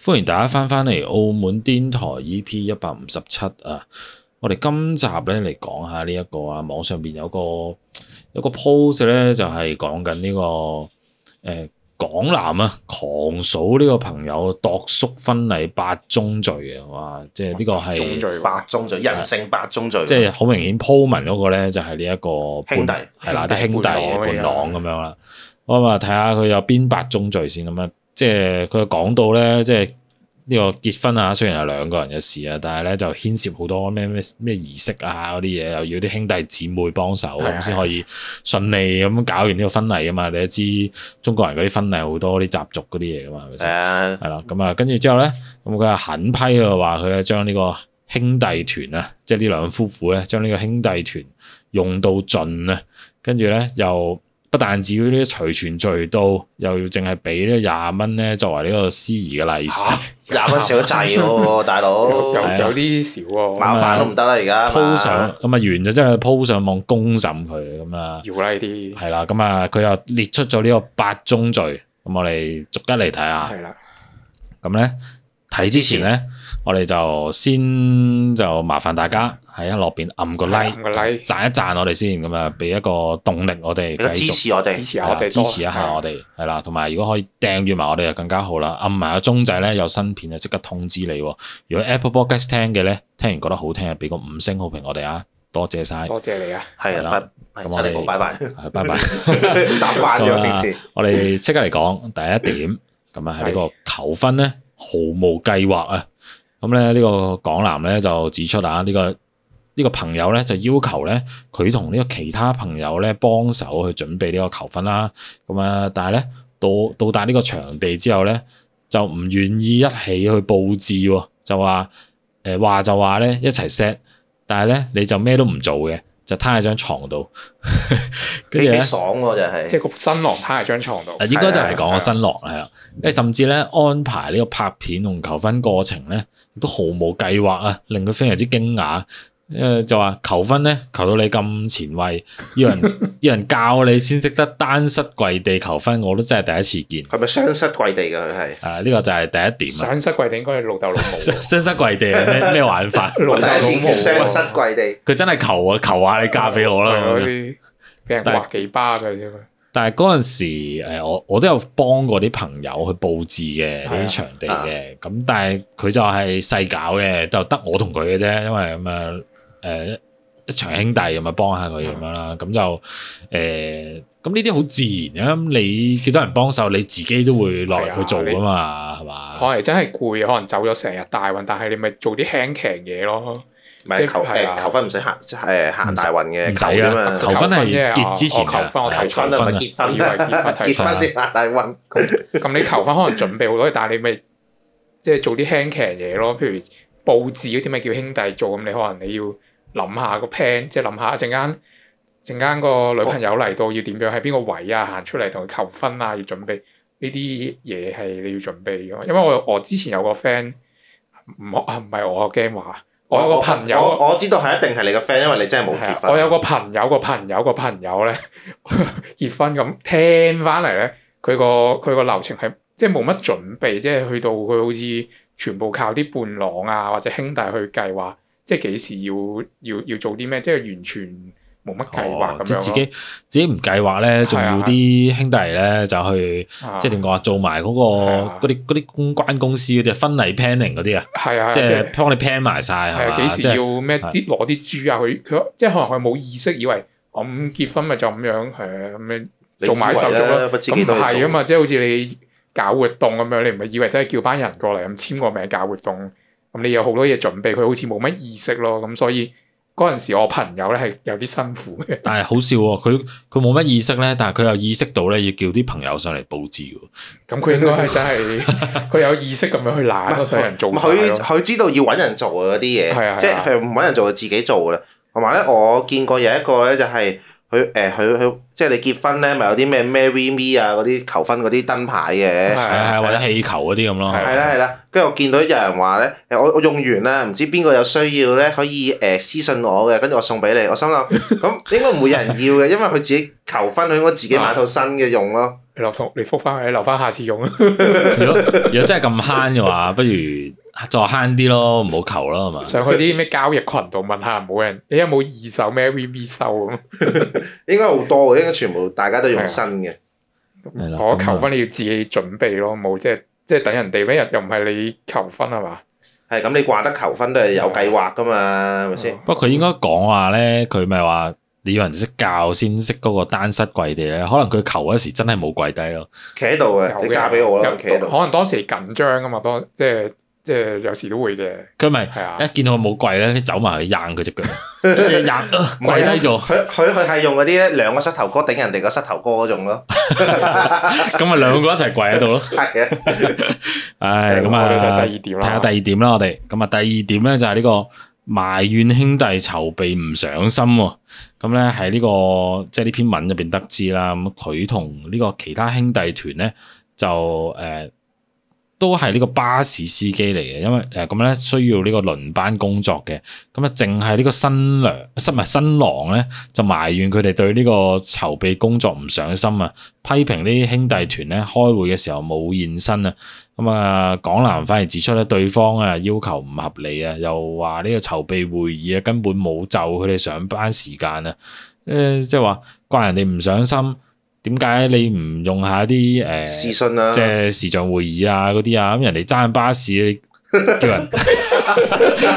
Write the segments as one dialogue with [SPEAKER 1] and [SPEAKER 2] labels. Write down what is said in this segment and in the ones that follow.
[SPEAKER 1] 歡迎大家翻返嚟澳門癲台 EP 一百五十七啊！我哋今集咧嚟講下呢、一個啊，網上邊有個有個 post 咧，就係講緊呢個誒、呃港男啊狂嫂呢個朋友度宿婚禮八宗罪啊！哇，即係呢個
[SPEAKER 2] 重
[SPEAKER 1] 係
[SPEAKER 2] 罪
[SPEAKER 3] 八宗罪，人性八宗罪，
[SPEAKER 1] 即係好明顯 po 文嗰個咧，就係呢一個伴
[SPEAKER 3] 兄弟
[SPEAKER 1] 係啦，啲兄弟
[SPEAKER 2] 伴郎
[SPEAKER 1] 伴郎咁樣啦。咁啊，睇下佢有邊八宗罪先咁啊。即係佢講到咧，即係呢個結婚啊，雖然係兩個人嘅事啊，但係咧就牽涉好多咩咩咩儀式啊嗰啲嘢，又要啲兄弟姊妹幫手
[SPEAKER 2] 係啊
[SPEAKER 1] 咁先可以順利咁搞完呢個婚禮啊嘛。你都知中國人嗰啲婚禮好多啲習俗嗰啲嘢噶嘛，係咪
[SPEAKER 3] 係
[SPEAKER 1] 先？
[SPEAKER 3] 啊，
[SPEAKER 1] 係啦，咁啊，跟住之後咧，咁佢係狠批佢話佢咧將呢個兄弟團啊，即係呢兩夫婦咧，將呢個兄弟團用到盡啊，跟住咧又不但止呢啲隨傳隨到，又要淨係俾呢廿蚊咧作為呢個司儀嘅利是
[SPEAKER 3] 嚇廿蚊少得滯喎， 大佬，
[SPEAKER 2] 有
[SPEAKER 1] 係啊
[SPEAKER 2] 有啲少喎，
[SPEAKER 3] 麻煩都唔得啦，而 家
[SPEAKER 1] 鋪上，咁啊完咗之後鋪上網公審佢咁啊，
[SPEAKER 2] 搖啦呢啲，
[SPEAKER 1] 係啦，咁啊佢又列出咗呢個八宗罪，咁我哋逐一嚟睇下。
[SPEAKER 2] 係啦，
[SPEAKER 1] 咁咧睇之前咧，我哋就先就麻煩大家喺下落邊撳個 like，
[SPEAKER 2] 撳啊個 like
[SPEAKER 1] 讚一讚我哋先，咁啊俾一個動力我哋
[SPEAKER 3] 你個
[SPEAKER 1] 繼
[SPEAKER 3] 支
[SPEAKER 1] 續
[SPEAKER 3] 持我哋
[SPEAKER 2] 支，
[SPEAKER 1] 係
[SPEAKER 2] 持下
[SPEAKER 1] 啦
[SPEAKER 2] 我哋多，啊
[SPEAKER 1] 支持一下我
[SPEAKER 2] 哋，
[SPEAKER 1] 哋，係啦，同埋如果可以訂閱埋我哋就更加好啦，撳埋個鐘仔咧有新片就啊即刻通知你喎。如果 Apple Podcast 聽嘅咧，聽完覺得好聽就俾個五星好評我哋啊，多謝晒，
[SPEAKER 2] 多謝你啊，
[SPEAKER 3] 係
[SPEAKER 1] 係啦
[SPEAKER 3] 啊，拜，
[SPEAKER 1] 咁
[SPEAKER 3] 係
[SPEAKER 1] 我哋
[SPEAKER 3] 真係冇拜拜，
[SPEAKER 1] 係拜拜。
[SPEAKER 3] 習慣咗 平時，
[SPEAKER 1] 我哋即刻嚟講第一點，咁啊係呢個求婚咧毫無計劃啊。咁咧呢個港男咧就指出啊，呢、個呢、個朋友咧就要求咧佢同呢個其他朋友咧幫手去準備呢個求婚啦。咁啊，但係咧到到達呢個場地之後咧，就唔願意一起去佈置喎，就話誒話就話咧一齊 set，但係咧你就咩都唔做嘅，就攤喺張床度， 啊跟
[SPEAKER 3] 幾
[SPEAKER 1] 住
[SPEAKER 3] 幾
[SPEAKER 1] 咧。
[SPEAKER 3] 爽喎，就
[SPEAKER 2] 即
[SPEAKER 3] 係，
[SPEAKER 2] 係個新郎攤喺張床度
[SPEAKER 1] 啊，，應該就係
[SPEAKER 3] 係
[SPEAKER 1] 講個新郎係啦，誒甚至咧安排呢個拍片同求婚過程咧，亦都毫無計劃啊，令佢非常之驚訝。誒、就話求婚咧，求到你咁前衞，要 人要人教你先識得單膝跪地求婚，我都真係第一次見。
[SPEAKER 3] 佢咪雙膝跪地嘅佢係，
[SPEAKER 1] 啊，呢、個就係第一點啊，
[SPEAKER 2] 上室櫃定應該係老豆老 母，
[SPEAKER 1] 雙膝跪地係咩咩玩法？
[SPEAKER 2] 老
[SPEAKER 3] 我
[SPEAKER 2] 豆
[SPEAKER 3] 第
[SPEAKER 2] 老
[SPEAKER 3] 一
[SPEAKER 2] 母啊
[SPEAKER 3] 次雙膝跪地，
[SPEAKER 1] 佢真係求啊，求下你嫁俾我啦
[SPEAKER 2] 係啊
[SPEAKER 1] 咁樣。
[SPEAKER 2] 嗰啲俾人
[SPEAKER 1] 但係
[SPEAKER 2] 刮幾巴佢先，
[SPEAKER 1] 但係嗰陣時，誒我我都有幫過啲朋友去佈置嘅
[SPEAKER 2] 係啊
[SPEAKER 1] 呢啲場地嘅，咁、但係佢就係細搞嘅，就得我同佢嘅啫，因為咁啊誒一場兄弟咁啊幫下佢咁樣
[SPEAKER 2] 嗯
[SPEAKER 1] 啦，咁就誒咁呢啲好自然啊，咁你幾多人幫手，你自己都會落
[SPEAKER 2] 啊
[SPEAKER 1] 嚟去做噶嘛，係嘛？
[SPEAKER 2] 可能真係攰，可能走咗成日大運，但係你咪做啲輕騎嘢咯，
[SPEAKER 3] 唔係
[SPEAKER 2] 即係
[SPEAKER 3] 求
[SPEAKER 2] 係啊
[SPEAKER 3] 誒求婚唔使行即係行大運嘅
[SPEAKER 1] 唔
[SPEAKER 3] 求
[SPEAKER 1] 使
[SPEAKER 3] 啫
[SPEAKER 1] 啊，
[SPEAKER 3] 嘛，
[SPEAKER 1] 求婚係結之前
[SPEAKER 2] 我求婚哦我
[SPEAKER 1] 嘅，
[SPEAKER 2] 提
[SPEAKER 3] 求婚啊唔係結
[SPEAKER 2] 我
[SPEAKER 3] 婚
[SPEAKER 2] 以為結婚
[SPEAKER 3] 啊，
[SPEAKER 2] 提
[SPEAKER 3] 結
[SPEAKER 1] 出
[SPEAKER 3] 婚先行大運，
[SPEAKER 2] 咁你求婚可能準備好多嘢，但係你咪即係做啲輕騎嘢咯，譬如佈置嗰啲咪叫兄弟做，咁你可能你要諗下個 plan，即係諗下陣間陣間個女朋友嚟到要點樣，喺邊個位啊，行出嚟同佢求婚啊，要準備呢啲嘢係你要準備嘅。因為我我之前有個 friend 唔好啊，唔係我我驚話，我有個朋友。啊
[SPEAKER 3] 我我知道係一定係你個 friend，因為你真係冇
[SPEAKER 2] 係啊
[SPEAKER 3] 結婚，
[SPEAKER 2] 我有個朋友個朋友個朋友咧 結婚咁，聽翻嚟咧，佢個佢個流程係即係冇乜準備，即係去到佢好似全部靠啲伴郎啊或者兄弟去計劃，即係幾時要要要做啲咩，即係完全冇乜計劃
[SPEAKER 1] 哦
[SPEAKER 2] 咁樣咯、
[SPEAKER 1] 即係自己自己唔計劃咧，仲要啲兄弟咧就去。
[SPEAKER 2] 啊
[SPEAKER 1] 即係點講啊？做埋嗰、個嗰啲嗰啲公關公司嗰啲啊婚禮 planning 嗰啲啊，
[SPEAKER 2] 係啊，
[SPEAKER 1] 即
[SPEAKER 2] 即係
[SPEAKER 1] 係幫你 plan 埋晒
[SPEAKER 2] 係
[SPEAKER 1] 係
[SPEAKER 2] 啊，
[SPEAKER 1] 嘛？
[SPEAKER 2] 幾
[SPEAKER 1] 即
[SPEAKER 2] 時
[SPEAKER 1] 係
[SPEAKER 2] 要咩
[SPEAKER 1] 係
[SPEAKER 2] 啲攞啲豬啊？佢佢即係可能佢冇意識，以為我咁結婚咪就咁樣係啊咁樣。
[SPEAKER 3] 你
[SPEAKER 2] 做埋
[SPEAKER 3] 以為
[SPEAKER 2] 手續
[SPEAKER 3] 啦
[SPEAKER 2] 咯
[SPEAKER 3] 不知
[SPEAKER 2] 咁
[SPEAKER 3] 幾
[SPEAKER 2] 唔
[SPEAKER 3] 多嘢
[SPEAKER 2] 係
[SPEAKER 3] 做
[SPEAKER 2] 噶嘛，即係好似你搞活動咁樣，你唔係以為真係叫班人過嚟咁簽個名搞活動，咁你有好多嘢準備，佢好似冇乜意識咯，咁所以嗰陣時我朋友咧係有啲辛苦 嘅，
[SPEAKER 1] 但係好笑喎、佢佢冇乜意識咧，但係佢又意識到咧要叫啲朋友上嚟佈置喎。
[SPEAKER 2] 咁佢應該係真係佢有意識咁樣去懶咯，所以人做
[SPEAKER 3] 唔
[SPEAKER 2] 晒
[SPEAKER 3] 係佢
[SPEAKER 2] 咯，
[SPEAKER 3] 佢知道要揾人做啊嗰
[SPEAKER 2] 係
[SPEAKER 3] 啲
[SPEAKER 2] 啊係啊
[SPEAKER 3] 嘢，即係佢唔揾人做就自己做噶啦。同埋咧，我見過有一個咧就係佢誒佢佢即係你結婚咧，咪有啲咩 marry me 啊嗰啲求婚嗰啲燈牌嘅
[SPEAKER 1] 係啊
[SPEAKER 2] 係，
[SPEAKER 1] 係
[SPEAKER 2] 啊
[SPEAKER 1] 啊或者
[SPEAKER 3] 係
[SPEAKER 1] 氣球嗰啲咁咯。
[SPEAKER 2] 係啊
[SPEAKER 3] 係啊啦係啦。跟住我見到有人話咧，誒我我用完啦，唔知邊個有需要咧，可以誒私信我嘅，跟住我送 俾你。我心諗咁應該唔會有人要嘅，因為佢自己求婚，佢應該自己買套新嘅用咯。
[SPEAKER 2] 你留同你復翻佢，留翻下次用啊。
[SPEAKER 1] 如果如果真係咁慳嘅話，不如再慳啲咯，唔好求啦，係嘛？
[SPEAKER 2] 上去啲咩交易群度問下，冇人你有冇二手咩 V B 收咁？
[SPEAKER 3] 應該好多嘅，應該全部大家都
[SPEAKER 2] 啊
[SPEAKER 3] 用新嘅，
[SPEAKER 1] 係啦
[SPEAKER 2] 我
[SPEAKER 1] 咁啊
[SPEAKER 2] 求婚你要自己準備咯，冇即係即係等人哋咩人又唔係你求婚係嘛？
[SPEAKER 3] 係咁你掛得求婚都係有計劃噶嘛，係咪先？
[SPEAKER 1] 不過佢應該講話咧，佢咪話你要人識教先識嗰個單膝跪地咧，可能佢求嗰時真係冇跪低咯。
[SPEAKER 3] 企喺度嘅，
[SPEAKER 2] 有
[SPEAKER 3] 你
[SPEAKER 2] 嘅
[SPEAKER 3] 嫁俾我
[SPEAKER 2] 有
[SPEAKER 3] 啦，我企喺
[SPEAKER 2] 可
[SPEAKER 3] 度。
[SPEAKER 2] 能當時緊張啊嘛，當即係即係有時都會嘅，
[SPEAKER 1] 佢咪
[SPEAKER 2] 係啊
[SPEAKER 1] 一。見到佢冇跪咧，走埋去硬佢只腳，一硬呃
[SPEAKER 3] 唔係啊
[SPEAKER 1] 跪低咗，
[SPEAKER 3] 佢佢佢係用嗰啲咧兩個膝頭哥頂人哋個膝頭哥嗰種咯，
[SPEAKER 1] 咁咪兩個一齊跪喺度咯。
[SPEAKER 3] 係啊，
[SPEAKER 1] 唉，咁
[SPEAKER 2] 我
[SPEAKER 1] 啊，
[SPEAKER 2] 哋
[SPEAKER 1] 睇
[SPEAKER 2] 就第二點啦。
[SPEAKER 1] 下第二點啦，我哋咁啊，第二點咧就係呢個埋怨兄弟籌備唔上心喎。咁咧喺呢個即係呢篇文入邊得知啦，咁佢同呢個其他兄弟團咧就誒、呃都係呢個巴士司機嚟嘅，因為誒咁咧需要呢個輪班工作嘅。咁啊，淨係呢個新娘，新唔係新郎咧，就埋怨佢哋對呢個籌備工作唔上心啊，批評呢啲兄弟團咧開會嘅時候冇現身啊。咁啊，港南反而指出咧，對方啊要求唔合理啊，又話呢個籌備會議啊根本冇就佢哋上班時間啊，誒、即係話怪人哋唔上心，點解你唔用下啲誒、呃
[SPEAKER 3] 視訊啊啦
[SPEAKER 1] 即，係視像會議啊嗰啲啊，咁人哋揸緊巴士，你叫人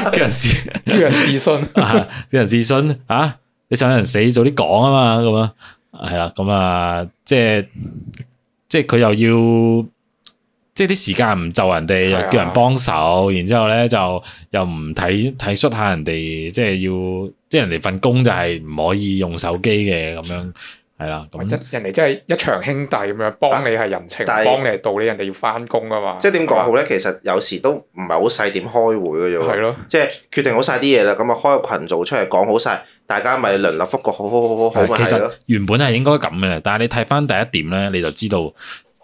[SPEAKER 1] 叫人試
[SPEAKER 2] 叫人自信，
[SPEAKER 1] 啊，叫人自信啊，你想人死早啲講啊嘛，咁啊，係啦，咁啊，即係即係佢又要，即係啲時間唔就人哋，
[SPEAKER 2] 係啊
[SPEAKER 1] 又叫人幫手，然之後咧就又唔體體恤下人哋，即係要，即係人哋份工就係唔可以用手機嘅咁樣，係啦，
[SPEAKER 2] 或
[SPEAKER 1] 咁
[SPEAKER 2] 者人哋真係一場兄弟咁樣幫你係人情，
[SPEAKER 3] 但係
[SPEAKER 2] 幫你係道理，人哋要翻工噶嘛。
[SPEAKER 3] 即係點講好咧？其實有時都唔係好細點開會嘅啫喎
[SPEAKER 2] 係。咯，
[SPEAKER 3] 即係決定好晒啲嘢啦，咁啊開個群組出嚟講好晒，大家咪輪流覆個好好好好好咪
[SPEAKER 1] 其
[SPEAKER 3] 係
[SPEAKER 1] 實
[SPEAKER 3] 咯。
[SPEAKER 1] 原本係應該咁嘅，但係你睇翻第一點咧，你就知道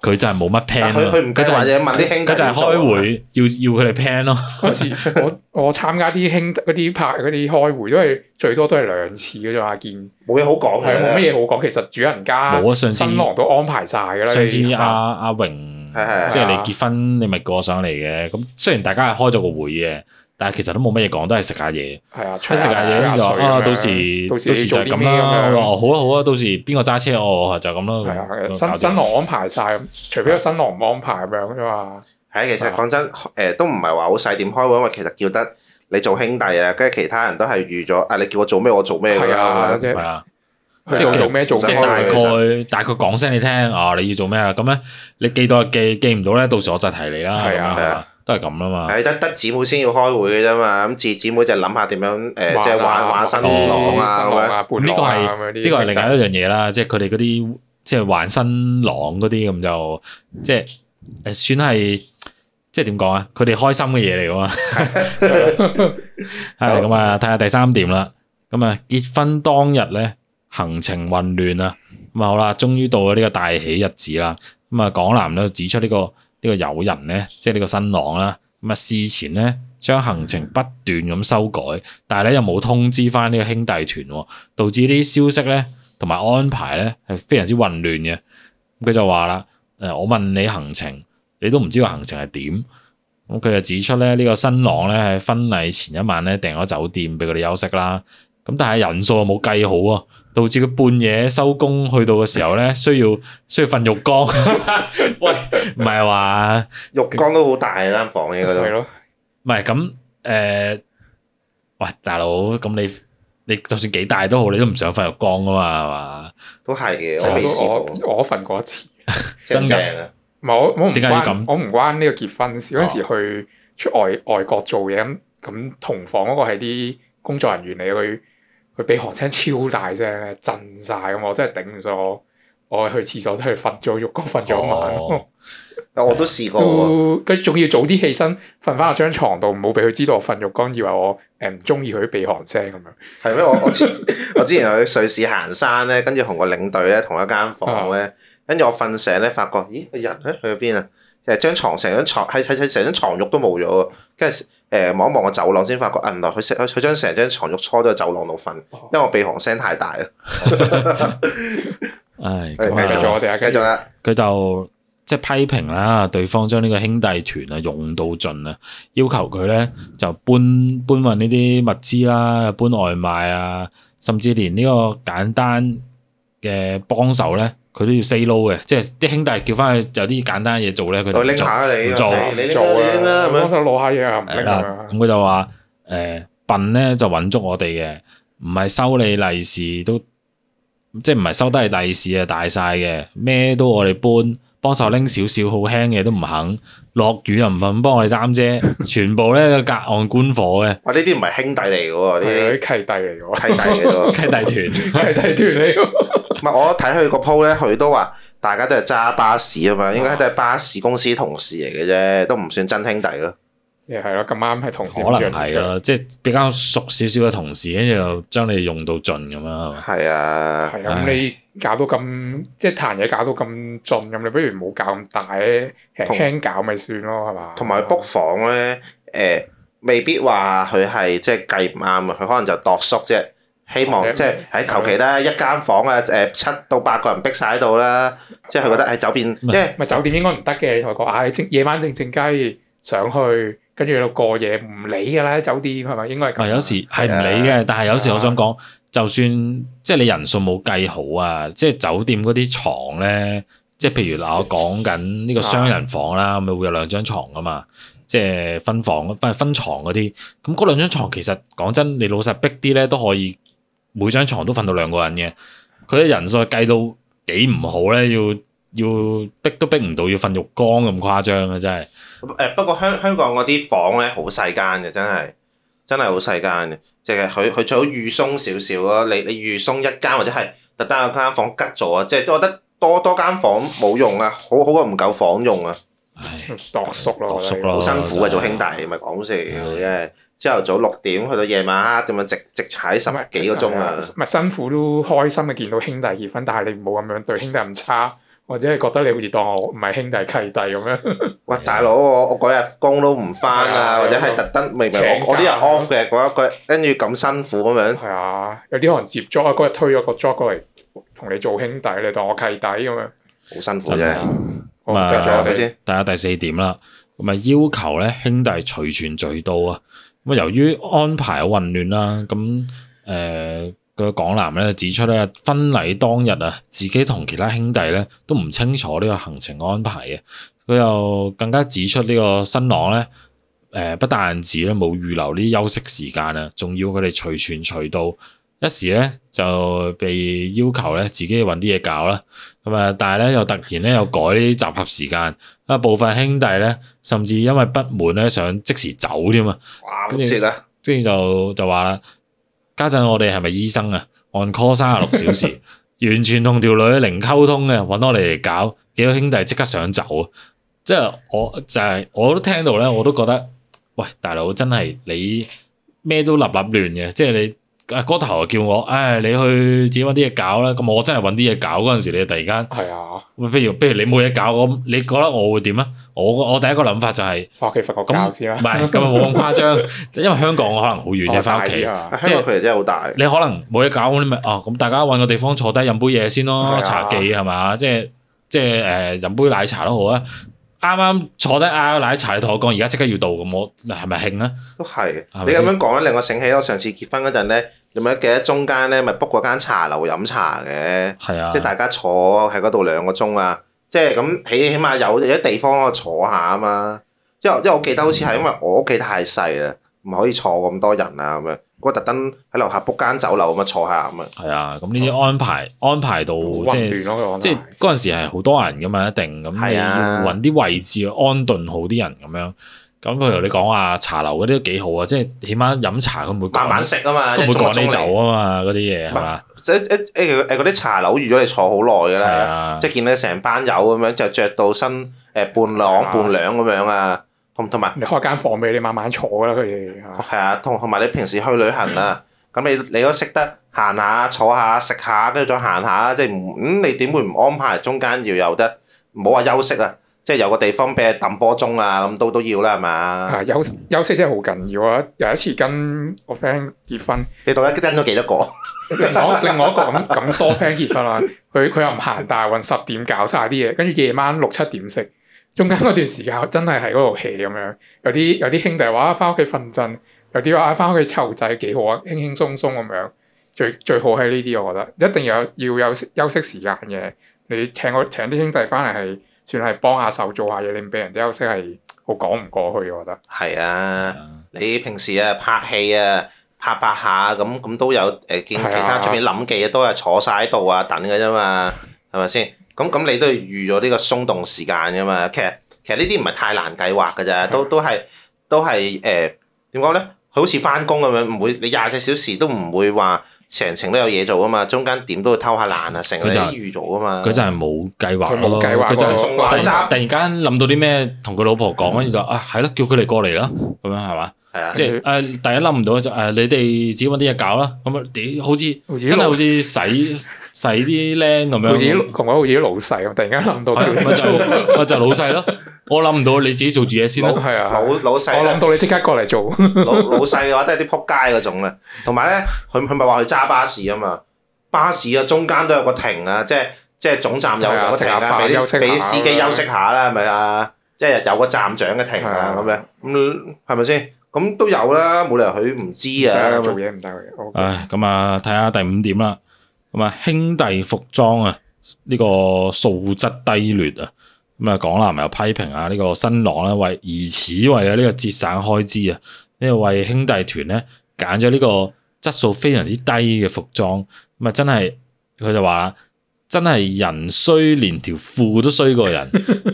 [SPEAKER 1] 佢就係冇乜 plan
[SPEAKER 3] 但佢
[SPEAKER 1] 咯
[SPEAKER 3] 佢唔計
[SPEAKER 1] 就係
[SPEAKER 3] 或者問啲兄弟
[SPEAKER 1] 佢就係
[SPEAKER 3] 點做啊
[SPEAKER 1] 開會要要佢哋 plan 咯。
[SPEAKER 2] 嗰時我我參加啲兄嗰啲拍嗰啲開會，因為最多都係兩次嘅啫嘛，見
[SPEAKER 3] 冇嘢好講
[SPEAKER 2] 係啊
[SPEAKER 3] 嘅，
[SPEAKER 2] 冇乜嘢好講。其實主人家
[SPEAKER 1] 冇啊上次
[SPEAKER 2] 新郎都安排晒㗎啦。
[SPEAKER 1] 上次
[SPEAKER 2] 你啊
[SPEAKER 1] 阿阿榮，
[SPEAKER 3] 係係係
[SPEAKER 1] 即係你結婚，你咪過上嚟嘅。咁雖然大家係開咗個會嘅，但係其實都冇乜嘢講，都係食下嘢，
[SPEAKER 2] 係啊，
[SPEAKER 1] 食
[SPEAKER 2] 出
[SPEAKER 1] 下嘢
[SPEAKER 2] 水
[SPEAKER 1] 就啊，到
[SPEAKER 2] 時
[SPEAKER 1] 時
[SPEAKER 2] 到
[SPEAKER 1] 到
[SPEAKER 2] 時你
[SPEAKER 1] 時就
[SPEAKER 2] 做
[SPEAKER 1] 係
[SPEAKER 2] 啲
[SPEAKER 1] 咁
[SPEAKER 2] 咩咁
[SPEAKER 1] 啦。
[SPEAKER 2] 樣
[SPEAKER 1] 我話好啊好啊，到時邊個揸車我我就係咁
[SPEAKER 2] 係啊
[SPEAKER 1] 啦。咁，搞
[SPEAKER 2] 新
[SPEAKER 1] 掂
[SPEAKER 2] 新郎安排晒，除非個新郎唔安排咁樣啫嘛。
[SPEAKER 3] 係
[SPEAKER 2] 啊
[SPEAKER 3] 其實講真，誒都唔係話好細點開會，因為其實叫得你做兄弟啊，跟住其他人都係預咗啊，你叫我做咩我做咩㗎
[SPEAKER 2] 係啊，
[SPEAKER 3] 啦。
[SPEAKER 2] 即
[SPEAKER 1] 係
[SPEAKER 2] 係
[SPEAKER 1] 啊，
[SPEAKER 2] 即係我做咩做
[SPEAKER 1] 即
[SPEAKER 2] 咩
[SPEAKER 1] 係
[SPEAKER 3] 開
[SPEAKER 1] 大
[SPEAKER 3] 會
[SPEAKER 2] 咯。
[SPEAKER 1] 概大概講聲你聽啊，你要做咩啦？咁咧你記到就記，記唔到咧，到時我就提你啦。
[SPEAKER 2] 係
[SPEAKER 1] 咁
[SPEAKER 2] 啊
[SPEAKER 1] 樣
[SPEAKER 3] 係啊，
[SPEAKER 1] 都係咁啦嘛。
[SPEAKER 3] 係得得姊妹先要開會嘅啫嘛，咁姊姊妹就諗下點樣誒，
[SPEAKER 2] 啊
[SPEAKER 3] 即係玩玩新
[SPEAKER 2] 哦
[SPEAKER 3] 郎啊咁樣。
[SPEAKER 2] 咁
[SPEAKER 1] 呢個係
[SPEAKER 2] 係
[SPEAKER 1] 呢個係另外一樣嘢啦，即係佢哋嗰啲即係還新郎嗰啲咁就即係誒算係即係點講啊？佢哋開心嘅嘢嚟噶嘛， 係咁啊！睇下第三點啦，咁啊結婚當日咧行程混亂啊，咁啊好啦，終於到咗呢個大喜日子啦，咁啊港男咧指出呢、個呢、個友人咧，即係呢個新郎啦，咁啊事前咧將行程不斷咁修改，但係咧又冇通知翻呢個兄弟團喎。導致呢啲消息咧同埋安排咧係非常之混亂嘅。咁佢就話啦：誒、我問你行程，你都唔知個行程係點。咁佢就指出咧，呢、個新郎咧喺婚禮前一晚咧訂咗酒店俾佢哋休息啦。咁但係人數又冇計好啊，導致佢半夜收工去到嘅時候咧，需要 需要瞓浴缸。 喂，唔係話
[SPEAKER 3] 浴缸都好大啊間房應該都
[SPEAKER 2] 係。咯，
[SPEAKER 1] 唔係咁誒？喂，大佬，咁你你就算幾大都好，你都唔想瞓浴缸噶嘛，係嘛？
[SPEAKER 3] 都係嘅，
[SPEAKER 2] 我
[SPEAKER 3] 我未試過，
[SPEAKER 2] 我我瞓過一次，
[SPEAKER 3] 正
[SPEAKER 1] 真㗎
[SPEAKER 3] 正啊！
[SPEAKER 2] 唔係我我唔
[SPEAKER 1] 點解要
[SPEAKER 2] 關
[SPEAKER 1] 咁哦
[SPEAKER 2] 我唔關呢個結婚事。嗰陣時去出外外國做嘢咁咁同房嗰個係啲工作人員嚟，佢佢鼻鼾聲超大聲咧，震晒咁，我真係頂唔順我。我去廁所都係瞓咗浴缸瞓咗一晚
[SPEAKER 1] 哦，
[SPEAKER 3] 我都試過喎，
[SPEAKER 2] 都跟住仲要早啲起身，瞓翻喺張床度，唔好俾佢知道我瞓浴缸，以為我誒唔中意佢啲鼻鼾聲咁樣。
[SPEAKER 3] 係咩？我我之 我之前去瑞士行山咧，跟住同個領隊咧同一間房咧，跟住我瞓醒咧，發覺咦個人咧去咗邊啊？誒張床成張床係係係成張床褥都冇咗喎，跟住誒望一望個走廊先發覺，啊原來佢成佢佢將哦啊成張床褥搓咗去走廊度瞓，因為我鼻鼾聲太大啦。
[SPEAKER 1] 唉，咁
[SPEAKER 3] 係繼
[SPEAKER 2] 繼
[SPEAKER 1] 啊
[SPEAKER 2] 續
[SPEAKER 3] 續
[SPEAKER 2] 我哋啊，
[SPEAKER 3] 繼
[SPEAKER 2] 繼
[SPEAKER 3] 續
[SPEAKER 2] 續
[SPEAKER 3] 啦，
[SPEAKER 1] 佢就即係批評啦，對方將呢個兄弟團啊用到盡啊，要求佢咧就搬搬運呢啲物資啦，搬外賣啊，甚至連呢個簡單嘅幫手咧，佢都要 say no 嘅，即係啲兄弟叫翻佢有啲簡單嘢做咧，佢
[SPEAKER 3] 我
[SPEAKER 1] 就唔
[SPEAKER 3] 拎
[SPEAKER 1] 做。
[SPEAKER 3] 下你，
[SPEAKER 1] 唔做
[SPEAKER 3] 你你拎
[SPEAKER 2] 做
[SPEAKER 3] 啦，你拎啦，
[SPEAKER 2] 啊，
[SPEAKER 3] 咁
[SPEAKER 2] 幫
[SPEAKER 3] 樣
[SPEAKER 2] 手攞下嘢啊，唔
[SPEAKER 1] 係
[SPEAKER 2] 拎
[SPEAKER 1] 啦
[SPEAKER 2] 啊，
[SPEAKER 1] 咁，佢就話誒、笨咧就揾足我哋嘅，唔係收你利是都，即係唔係收得你利是啊大晒嘅，咩都我哋搬，幫手拎少少好輕嘅都唔肯，落雨又唔肯幫我哋擔遮，全部咧隔岸觀火嘅
[SPEAKER 3] 哇！呢啲唔係兄弟嚟嘅喎，
[SPEAKER 2] 係
[SPEAKER 3] 呢
[SPEAKER 2] 啊
[SPEAKER 3] 啲
[SPEAKER 2] 啲契弟嚟嘅
[SPEAKER 3] 契弟嚟 嘅喎。
[SPEAKER 1] 契弟團，
[SPEAKER 2] 喎， 契弟團嚟嘅喎，
[SPEAKER 3] 唔係我睇佢個 po 咧，佢都話大家都係揸巴士啊嘛，應該都係巴士公司同事嚟嘅啫，都唔算真兄弟咯。
[SPEAKER 2] 亦係咯，咁啱係啊同事
[SPEAKER 1] 可能係，啦，即係比較熟少少嘅同事，跟住就將你用到盡咁樣係嘛。
[SPEAKER 3] 係啊，
[SPEAKER 2] 係啊，咁你搞到咁即係彈嘢搞到咁盡咁，你不如唔好搞咁大咧，輕
[SPEAKER 3] 同
[SPEAKER 2] 輕搞咪算咯，係嘛？
[SPEAKER 3] 同埋 book 房咧，誒未必話佢係即係計唔啱啊，佢可能就度縮啫。希
[SPEAKER 2] 或者
[SPEAKER 3] 望即係喺求其啦，一間房啊，誒七到八個人逼晒喺度啦，即係佢覺得喺走邊，因為
[SPEAKER 2] 咪酒店應該唔得嘅，你同佢講啊，你正夜晚靜靜雞上去，跟住喺度過夜，唔理㗎啦，酒店係咪應該係
[SPEAKER 1] 啊，
[SPEAKER 2] 咁？
[SPEAKER 1] 有時係唔理嘅，但係有時我想講，就算即係你人數冇計好啊，即係酒店嗰啲床咧，即係譬如嗱，我講緊呢個雙人房啦，咪會有兩張床噶嘛，即係分房分分床嗰啲，咁嗰兩張床其實講真，你老實逼啲咧都可以，每張床都瞓到兩個人嘅，佢啲人數計到幾唔好咧，要要逼都逼唔到，要瞓浴缸咁誇張啊，真係。
[SPEAKER 3] 誒不過香香港嗰啲房咧好細間嘅，真係真係好細間嘅，即係佢佢最好預鬆少少咯。你你預鬆一間或者係特登有間房吉咗啊，即係我覺得多多間房冇用啊，好好過唔夠房用啊，
[SPEAKER 1] 唉
[SPEAKER 2] 嗯度縮咯，
[SPEAKER 1] 度縮
[SPEAKER 3] 好
[SPEAKER 1] 咯
[SPEAKER 3] 辛苦
[SPEAKER 1] 真
[SPEAKER 3] 啊
[SPEAKER 1] 係
[SPEAKER 3] 做兄弟咪講笑，
[SPEAKER 1] 哦係
[SPEAKER 3] 因為朝頭早六點去到夜晚黑咁樣直直踩十幾個鐘啊，
[SPEAKER 2] 唔係辛苦都開心嘅，見到兄弟結婚，但係你唔好咁樣對兄弟咁差，或者係覺得你好似當我唔係兄弟契弟 咁樣，
[SPEAKER 3] 喂大佬我我嗰日工都唔翻
[SPEAKER 2] 係啊
[SPEAKER 3] 啊，或者係特登明明我我啲
[SPEAKER 2] 請
[SPEAKER 3] 日
[SPEAKER 2] 假
[SPEAKER 3] off 嘅嗰一個，跟住咁辛苦咁樣。
[SPEAKER 2] 係啊，有啲可能接 job 啊，嗰日推咗個 job 過嚟同你做兄弟，你當我契弟咁樣，
[SPEAKER 3] 好辛苦
[SPEAKER 1] 真係
[SPEAKER 3] 啫，
[SPEAKER 2] 我唔
[SPEAKER 1] 咁啊
[SPEAKER 2] 得
[SPEAKER 3] 繼
[SPEAKER 2] 咗
[SPEAKER 3] 續啊
[SPEAKER 2] 我
[SPEAKER 3] 佢
[SPEAKER 2] 哋，
[SPEAKER 3] 先，
[SPEAKER 1] 大家第四點啦，咁啊要求咧兄弟隨傳隨到啊。咁啊由於安排混亂啦，咁誒個港男咧指出咧婚禮當日啊，自己同其他兄弟咧都唔清楚呢個行程安排嘅。佢又更加指出呢個新郎咧。誒不但止咧冇預留呢啲休息時間啊，仲要佢哋隨傳隨到，一時咧就被要求咧自己揾啲嘢搞啦。咁啊，但係咧又突然咧又改呢啲集合時間，啊部分兄弟咧甚至因為不滿咧想即時走添啊，
[SPEAKER 3] 哇唔知啦，
[SPEAKER 1] 跟住就就話啦，家陣我哋係咪醫生啊？on call 三十六小時，完全同條女零溝通嘅，揾我哋嚟搞，幾個兄弟即刻想走啊！即係我就係、我都聽到咧，我都覺得，喂大佬真係你咩都立立亂嘅，即係你啊嗰頭又叫我，唉、你去自己揾啲嘢搞啦，咁我真係揾啲嘢搞嗰陣時，你突然間，
[SPEAKER 2] 係啊，
[SPEAKER 1] 喂譬如譬如你冇嘢搞，咁你覺得我會點啊？我我第一個諗法就係、
[SPEAKER 2] 翻屋企瞓個覺先
[SPEAKER 1] 唔
[SPEAKER 2] 啦，
[SPEAKER 1] 係咁啊冇咁誇張，因為香港我可能好遠嘅翻屋企。
[SPEAKER 2] 啊
[SPEAKER 3] 香港距離真係好大。
[SPEAKER 1] 你可能冇嘢搞，咁你咪哦，咁大家揾個地方坐低飲杯嘢先
[SPEAKER 2] 係
[SPEAKER 1] 咯，
[SPEAKER 2] 啊
[SPEAKER 1] 茶記係嘛？即係即係誒飲杯奶茶都好啊。啱啱坐低啊嗌個奶茶，你同我講而家即刻要到，咁我係咪興啊？
[SPEAKER 3] 都係，
[SPEAKER 1] 係咪
[SPEAKER 3] 你
[SPEAKER 1] 先
[SPEAKER 3] 咁樣講咧，令我醒起我上次結婚嗰陣咧，你咪記得中間咧咪 book 嗰間茶樓飲茶嘅，
[SPEAKER 1] 係啊，
[SPEAKER 3] 即係大家坐喺嗰度兩個鐘啊，即係咁起起碼有有啲地方可以坐下啊嘛。因為因為我記得好似
[SPEAKER 1] 嗯
[SPEAKER 3] 係因為我屋企太細啦，唔可以坐咁多人啊咁樣，我特登喺樓下 book 間酒樓咁樣坐下咁樣。
[SPEAKER 1] 係啊，咁呢啲安排安排到
[SPEAKER 2] 混
[SPEAKER 1] 即係
[SPEAKER 2] 亂咯，
[SPEAKER 1] 即係嗰陣時係好多人噶嘛，一定咁你
[SPEAKER 3] 係
[SPEAKER 1] 要
[SPEAKER 3] 啊
[SPEAKER 1] 揾啲位置去安頓好啲人咁樣。咁譬如你講話茶樓嗰啲都幾好啊，即係起碼飲茶佢唔會
[SPEAKER 3] 慢
[SPEAKER 1] 趕，
[SPEAKER 3] 慢食啊嘛，
[SPEAKER 1] 都
[SPEAKER 3] 一
[SPEAKER 1] 唔會
[SPEAKER 3] 盅一
[SPEAKER 1] 趕你
[SPEAKER 3] 盅
[SPEAKER 1] 走
[SPEAKER 3] 嚟。
[SPEAKER 1] 啊嘛，嗰啲嘢係嘛？
[SPEAKER 3] 即係誒誒嗰啲茶樓預咗你坐好耐㗎
[SPEAKER 1] 係
[SPEAKER 3] 啦。
[SPEAKER 1] 啊，
[SPEAKER 3] 即係見到成班友咁樣就着到身誒、伴
[SPEAKER 2] 啊
[SPEAKER 3] 郎伴娘咁樣啊，同同埋
[SPEAKER 2] 你開間房俾你慢慢坐㗎啦，佢哋係嘛
[SPEAKER 3] 係啊，同同埋你平時去旅行啊，咁你你都識得行下坐下食嗯下，跟住再行下，即係唔咁你點會唔安排中間要有得唔好話休息啊，即係有個地方俾你揼波鐘啊，咁都都要啦，係嘛？
[SPEAKER 2] 啊，休息休息真係好緊要啊！有一次跟我 friend 結婚，
[SPEAKER 3] 你到底跟咗幾多個？
[SPEAKER 2] 另外另外一個咁咁多 friend 結婚啦，佢佢又唔行大運，十點搞晒啲嘢，跟住夜晚六七點食，中間嗰段時間真係喺嗰度 hea 咁樣。有啲有啲兄弟話啊翻屋企瞓陣，有啲話啊翻屋企湊仔幾好啊，輕輕鬆鬆咁樣。最最好係呢啲，我覺得一定有要有休息時間嘅。你請我請啲兄弟翻嚟係算係幫下手做下嘢，你唔俾人哋休息係好講唔過去嘅，我覺得。
[SPEAKER 3] 係啊，你平時啊拍戲啊拍拍下咁咁都有誒見
[SPEAKER 2] 係啊
[SPEAKER 3] 其他出面諗嘅嘢都係坐晒喺度啊等嘅啫嘛，係咪先？咁咁你都要預咗呢個鬆動時間㗎嘛。其實其實呢啲唔係太難計劃㗎
[SPEAKER 1] 啊
[SPEAKER 3] 咋，都都係都係誒點講咧？佢好似翻工咁樣，唔會你廿四小時都唔會話成程都有嘢做㗎嘛，中間點都會偷下懶啊，成日
[SPEAKER 1] 佢就
[SPEAKER 3] 啲預咗㗎嘛。
[SPEAKER 1] 佢真係冇計劃
[SPEAKER 2] 佢
[SPEAKER 1] 咯，
[SPEAKER 2] 冇計劃
[SPEAKER 1] 佢
[SPEAKER 3] 啊
[SPEAKER 1] 就係
[SPEAKER 2] 咯
[SPEAKER 1] 突然
[SPEAKER 3] 雜
[SPEAKER 1] 突然間諗到啲咩，同佢老婆講，跟住就啊係咯，叫佢哋過嚟啦，咁樣係嘛？
[SPEAKER 3] 係啊，
[SPEAKER 1] 即係誒，第一諗唔到就誒，你哋自己揾啲嘢搞啦。咁啊，屌，好似
[SPEAKER 2] 好似
[SPEAKER 1] 真係好似洗洗啲僆咁樣。
[SPEAKER 2] 好似啲同我好似啲老細咁，突然間諗到叫
[SPEAKER 1] 係
[SPEAKER 2] 你
[SPEAKER 1] 咪就
[SPEAKER 2] 做，
[SPEAKER 1] 係咪就係老細咯？我諗唔到你自己做住嘢先咯。
[SPEAKER 2] 係啊，
[SPEAKER 3] 老
[SPEAKER 2] 係啊
[SPEAKER 3] 老細
[SPEAKER 2] 我
[SPEAKER 3] 呢
[SPEAKER 2] 諗到你即刻過嚟做，
[SPEAKER 3] 老老細嘅話都係啲仆街嗰種啦。同埋咧，佢佢咪話佢揸巴士啊嘛，巴士啊中間都有個停啊，即係即係總站有
[SPEAKER 2] 係啊
[SPEAKER 3] 有個停
[SPEAKER 2] 食下
[SPEAKER 3] 啊，
[SPEAKER 2] 飯
[SPEAKER 3] 俾
[SPEAKER 2] 休息下
[SPEAKER 3] 啲俾啲司機休息下啦，係咪啊？即係有個站長嘅停啊
[SPEAKER 2] 係啊
[SPEAKER 3] 咁樣，咁係咪先？咁都有啦，冇理由佢唔知 啊。
[SPEAKER 2] 做嘢唔得嘅。我
[SPEAKER 1] 唉，咁啊，睇下第五點啦。咁啊，兄弟服裝啊，呢個素質低劣啊。咁啊，港男又批評啊，呢個新郎咧為疑似為啊呢個節省開支啊，呢個為兄弟團咧揀咗呢個質素非常之低嘅服裝，咁啊真係佢就話啦，真係人衰連條褲都衰過人，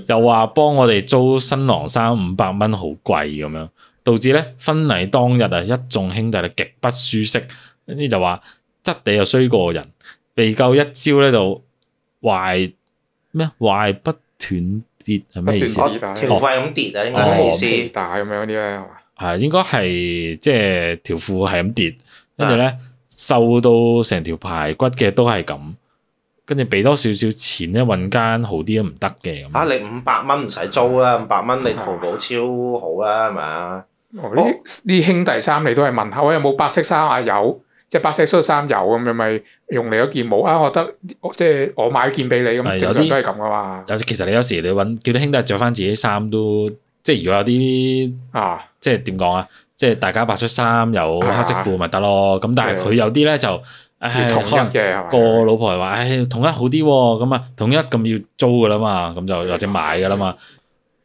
[SPEAKER 1] 又話幫我哋租新郎衫五百蚊好貴咁樣，導致咧婚禮當日啊一眾兄弟咧極不舒適，跟住就話質地又衰過人，被救一招咧就壞咩啊壞不斷跌係咩意思
[SPEAKER 2] 不斷跌？
[SPEAKER 3] 我
[SPEAKER 2] 啊
[SPEAKER 3] 哦條費咁跌啊，應該
[SPEAKER 1] 哦
[SPEAKER 3] 係意思。
[SPEAKER 2] 皮帶咁樣啲咧，係嘛
[SPEAKER 1] 係應該係即係條褲係咁跌，跟住
[SPEAKER 2] 啊
[SPEAKER 1] 咧瘦到成條排骨嘅都係咁，跟住俾多少少錢咧揾間好啲都唔得嘅
[SPEAKER 3] 啊！
[SPEAKER 1] 咁。
[SPEAKER 3] 你五百蚊唔使租啦，五百蚊你淘寶超好啦，係咪啊？
[SPEAKER 2] 哦呢呢兄弟衫你都係問下，喂有冇白色衫啊？有，即係白色恤衫有咁樣咪用你嗰件冇啊？我覺得我即係我買件俾你
[SPEAKER 1] 係
[SPEAKER 2] 咁，
[SPEAKER 1] 有
[SPEAKER 2] 正
[SPEAKER 1] 啲
[SPEAKER 2] 常都係咁噶嘛。
[SPEAKER 1] 有其實你有時你揾叫啲兄弟着翻自己衫都，即係如果有啲
[SPEAKER 2] 啊，
[SPEAKER 1] 即係點講啊，即係大家白恤衫有黑色褲咪得咯。咁但係
[SPEAKER 2] 係
[SPEAKER 1] 佢有啲咧就
[SPEAKER 2] 要
[SPEAKER 1] 唉，
[SPEAKER 2] 統
[SPEAKER 1] 可能
[SPEAKER 2] 一嘅係嘛？
[SPEAKER 1] 個老婆話：，唉、統一好啲喎，咁啊，統一咁要租噶啦嘛，咁就
[SPEAKER 2] 啊
[SPEAKER 1] 或者買噶啦嘛，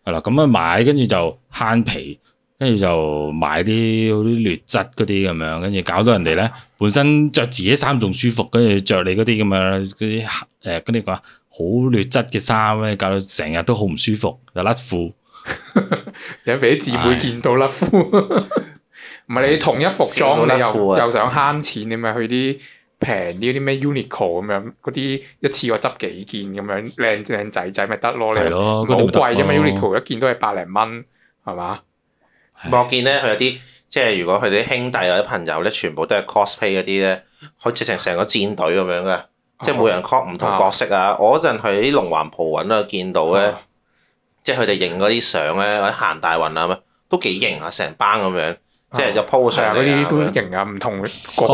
[SPEAKER 1] 係啦，咁啊買，跟住就慳皮，跟住就買啲好啲劣質嗰啲咁樣，跟住搞到人哋咧，本身着自己衫仲舒服，跟住着你嗰啲咁樣嗰啲誒，跟住講好劣質嘅衫咧，搞到成日都好唔舒服，又甩褲，
[SPEAKER 2] 有俾啲姊妹見到甩褲， 唔係你同一服裝，
[SPEAKER 3] 笑到
[SPEAKER 2] 你
[SPEAKER 3] 甩褲
[SPEAKER 2] 又
[SPEAKER 3] 啊
[SPEAKER 2] 又想慳錢，你咪去啲平啲嗰啲咩 Uniqlo 咁樣，嗰啲一次過執幾件咁樣，靚靚仔仔咪得咯。
[SPEAKER 1] 係
[SPEAKER 2] 你
[SPEAKER 1] 咯，
[SPEAKER 2] 哦好
[SPEAKER 1] 嗰啲咪得
[SPEAKER 2] 貴啫嘛
[SPEAKER 1] 咯
[SPEAKER 2] ，Uniqlo 一件都係百零蚊，係嘛？
[SPEAKER 3] 我見咧，佢有啲即係如果佢哋啲兄弟或者朋友咧，全部都係 cosplay 嗰啲咧，佢直情成個戰隊咁樣嘅，即係每人 cos 唔同角色啊！我嗰陣去啲龍環蒲揾啊，見到咧，
[SPEAKER 2] 啊
[SPEAKER 3] 即係佢哋影嗰啲相咧，或者行大運啊咩，都幾型啊！成班咁樣，即係就 po
[SPEAKER 2] 係啊
[SPEAKER 3] 上
[SPEAKER 2] 嗰
[SPEAKER 3] 嚟啊
[SPEAKER 2] 啲
[SPEAKER 3] 咁樣
[SPEAKER 2] 都型啊，唔同個個唔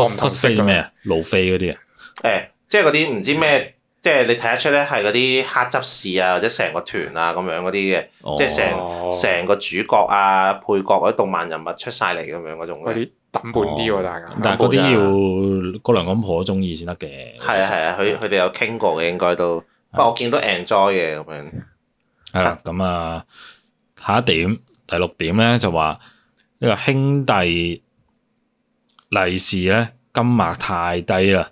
[SPEAKER 1] cos
[SPEAKER 2] 同色
[SPEAKER 1] cosplay
[SPEAKER 2] 咁
[SPEAKER 1] 啲咩
[SPEAKER 2] 樣。
[SPEAKER 1] 啊，路飛嗰啲啊，
[SPEAKER 3] 誒，即係嗰啲唔知咩，即係你睇得出咧係嗰啲黑執事啊，或者成個團啊咁樣嗰啲嘅，即係成
[SPEAKER 2] 哦，
[SPEAKER 3] 成個主角啊、配角嗰啲動漫人物出晒嚟咁樣嗰種
[SPEAKER 2] 嗰
[SPEAKER 3] 嘅。
[SPEAKER 2] 啲抌本啲
[SPEAKER 3] 哦
[SPEAKER 2] 喎，大家。
[SPEAKER 1] 哦但係嗰啲要姑娘公婆中意先得嘅，
[SPEAKER 3] 係啊係啊，
[SPEAKER 2] 嗯
[SPEAKER 3] 佢佢哋有傾過嘅應該都，不過我見到 enjoy 嘅咁樣，
[SPEAKER 1] 系啦，咁啊，下一點第六點咧就話呢個兄弟利是咧金額太低啦。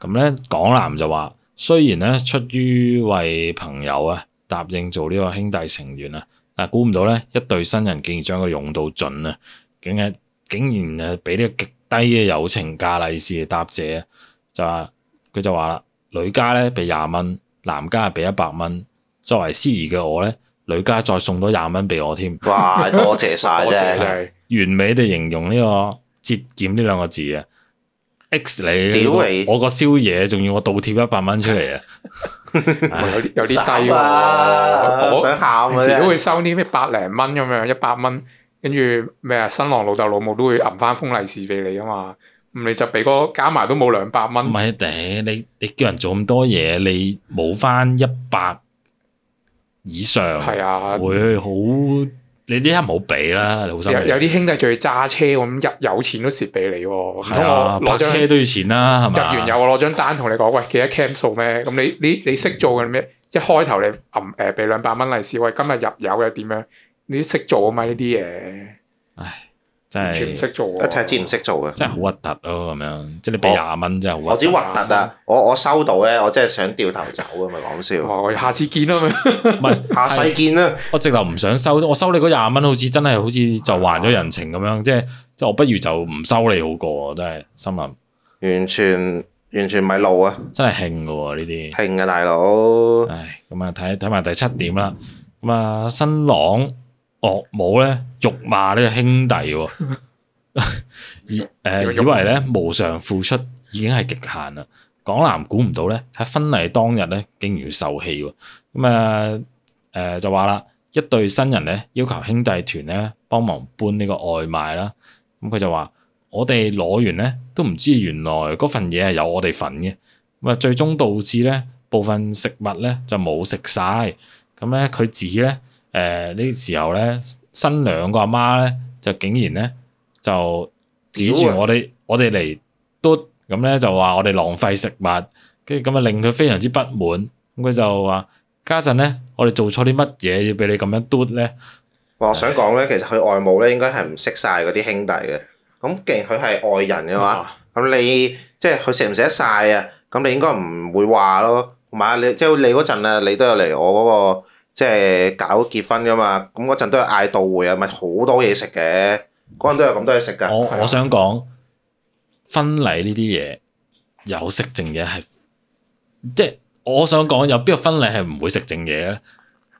[SPEAKER 1] 咁咧港男就話，雖然咧出於為朋友啊答應做呢個兄弟成員啊，但估唔到咧一對新人竟然將佢用到盡啊，竟然竟然誒俾呢個極低嘅友情價利是嚟答謝啊，就話佢就話啦，女家咧俾廿蚊，男家係俾一百蚊。作為司儀嘅我咧，女家再送多廿蚊俾我添，
[SPEAKER 3] 哇 多謝晒
[SPEAKER 2] 我哋
[SPEAKER 3] 啫，
[SPEAKER 2] 係
[SPEAKER 1] 完美地形容呢個節儉呢兩個字啊！ X 你，
[SPEAKER 3] 屌
[SPEAKER 1] 我
[SPEAKER 3] 你
[SPEAKER 1] 我個宵夜仲要我倒貼一百蚊出嚟啊！
[SPEAKER 2] 有啲有啲低
[SPEAKER 3] 慘
[SPEAKER 2] 喎，
[SPEAKER 3] 啊，
[SPEAKER 2] 我
[SPEAKER 3] 想喊
[SPEAKER 2] 平
[SPEAKER 3] 啊
[SPEAKER 2] 時都
[SPEAKER 3] 真係
[SPEAKER 2] 會收啲咩百零蚊咁樣，一百蚊，跟住咩啊，新郎老豆老母都會揞翻封利是俾你啊嘛，咁你就俾嗰加埋都冇兩百蚊
[SPEAKER 1] 唔，係啊頂你你叫人做咁多嘢，你冇翻一百以上，
[SPEAKER 2] 係啊，
[SPEAKER 1] 會好你呢一刻冇俾啦，你好心
[SPEAKER 2] 有有
[SPEAKER 1] 你。
[SPEAKER 2] 啲兄弟仲要揸車咁，入有錢都蝕俾你喎，唔
[SPEAKER 1] 係
[SPEAKER 2] 通
[SPEAKER 1] 啊，
[SPEAKER 2] 我
[SPEAKER 1] 泊
[SPEAKER 2] 攞張
[SPEAKER 1] 車都要錢啦，係
[SPEAKER 2] 入完
[SPEAKER 1] 咪啊？
[SPEAKER 2] 有我攞張單同你講，喂，記得 cam 數咩？咁你你你識做嘅咩？一開頭你揞誒俾兩百蚊利是，喂，今日入有嘅點樣？你都識做啊嘛呢啲嘢，
[SPEAKER 1] 真
[SPEAKER 2] 完全唔
[SPEAKER 1] 係
[SPEAKER 2] 識做喎。
[SPEAKER 3] 一睇知唔識做嘅。
[SPEAKER 1] 真係好核突咯，咁樣即係你俾
[SPEAKER 2] 哦
[SPEAKER 3] 我
[SPEAKER 1] 廿蚊真係好
[SPEAKER 3] 我
[SPEAKER 1] 核突
[SPEAKER 3] 只。核突啊！我我收到咧，我真係想掉頭走啊！咪講笑，
[SPEAKER 2] 哦，我下次見啦咁樣
[SPEAKER 1] 唔係
[SPEAKER 2] 啊
[SPEAKER 3] 下世見啦。
[SPEAKER 1] 我直頭唔想收，我收你嗰廿蚊，好似真係好似就還咗人情咁樣，即係即係我不如就唔收你好過，我真係心諗
[SPEAKER 3] 完全完全唔係路啊，
[SPEAKER 1] 真係興噶喎呢啲。
[SPEAKER 3] 慶啊大佬，
[SPEAKER 1] 唉，咁啊睇睇埋第七點啦。咁啊，新郎岳母咧辱罵呢個兄弟 喎，以
[SPEAKER 2] 點
[SPEAKER 1] 誒
[SPEAKER 2] 樣辱
[SPEAKER 1] 以為咧無償付出已經係極限啦。港男估唔到咧喺婚禮當日咧竟然要受氣喎。咁啊誒就話啦，一對新人咧要求兄弟團咧幫忙搬呢個外賣啦。咁佢就話：我哋攞完咧都唔知原來嗰份嘢係有我哋份嘅。咁啊，最終導致咧部分食物咧就冇食晒。咁咧佢指咧誒呢時候咧新娘個阿媽咧就竟然咧就指住
[SPEAKER 3] 屌啊
[SPEAKER 1] 我哋我哋嚟嘟，咁咧就話我哋浪費食物，跟住咁啊令佢非常之不滿。咁佢就話：家陣咧我哋做錯啲乜嘢要俾你咁樣嘟咧？
[SPEAKER 3] 哇我想講咧，其實佢外母咧應該係唔識晒嗰啲兄弟嘅。咁既然佢係外人嘅話，
[SPEAKER 2] 啊
[SPEAKER 3] 咁你即係佢食唔食得晒啊？咁你應該唔會話咯。同埋你即係你嗰陣啊，你都有嚟我嗰、個即係搞結婚噶嘛。咁嗰陣都有嗌到會啊，咪好多嘢食嘅。嗰陣都有咁多嘢食㗎。
[SPEAKER 1] 我
[SPEAKER 2] 係啊
[SPEAKER 1] 我想講婚禮呢啲嘢有食剩嘢係，即係我想講有邊個婚禮係唔會食剩嘢咧？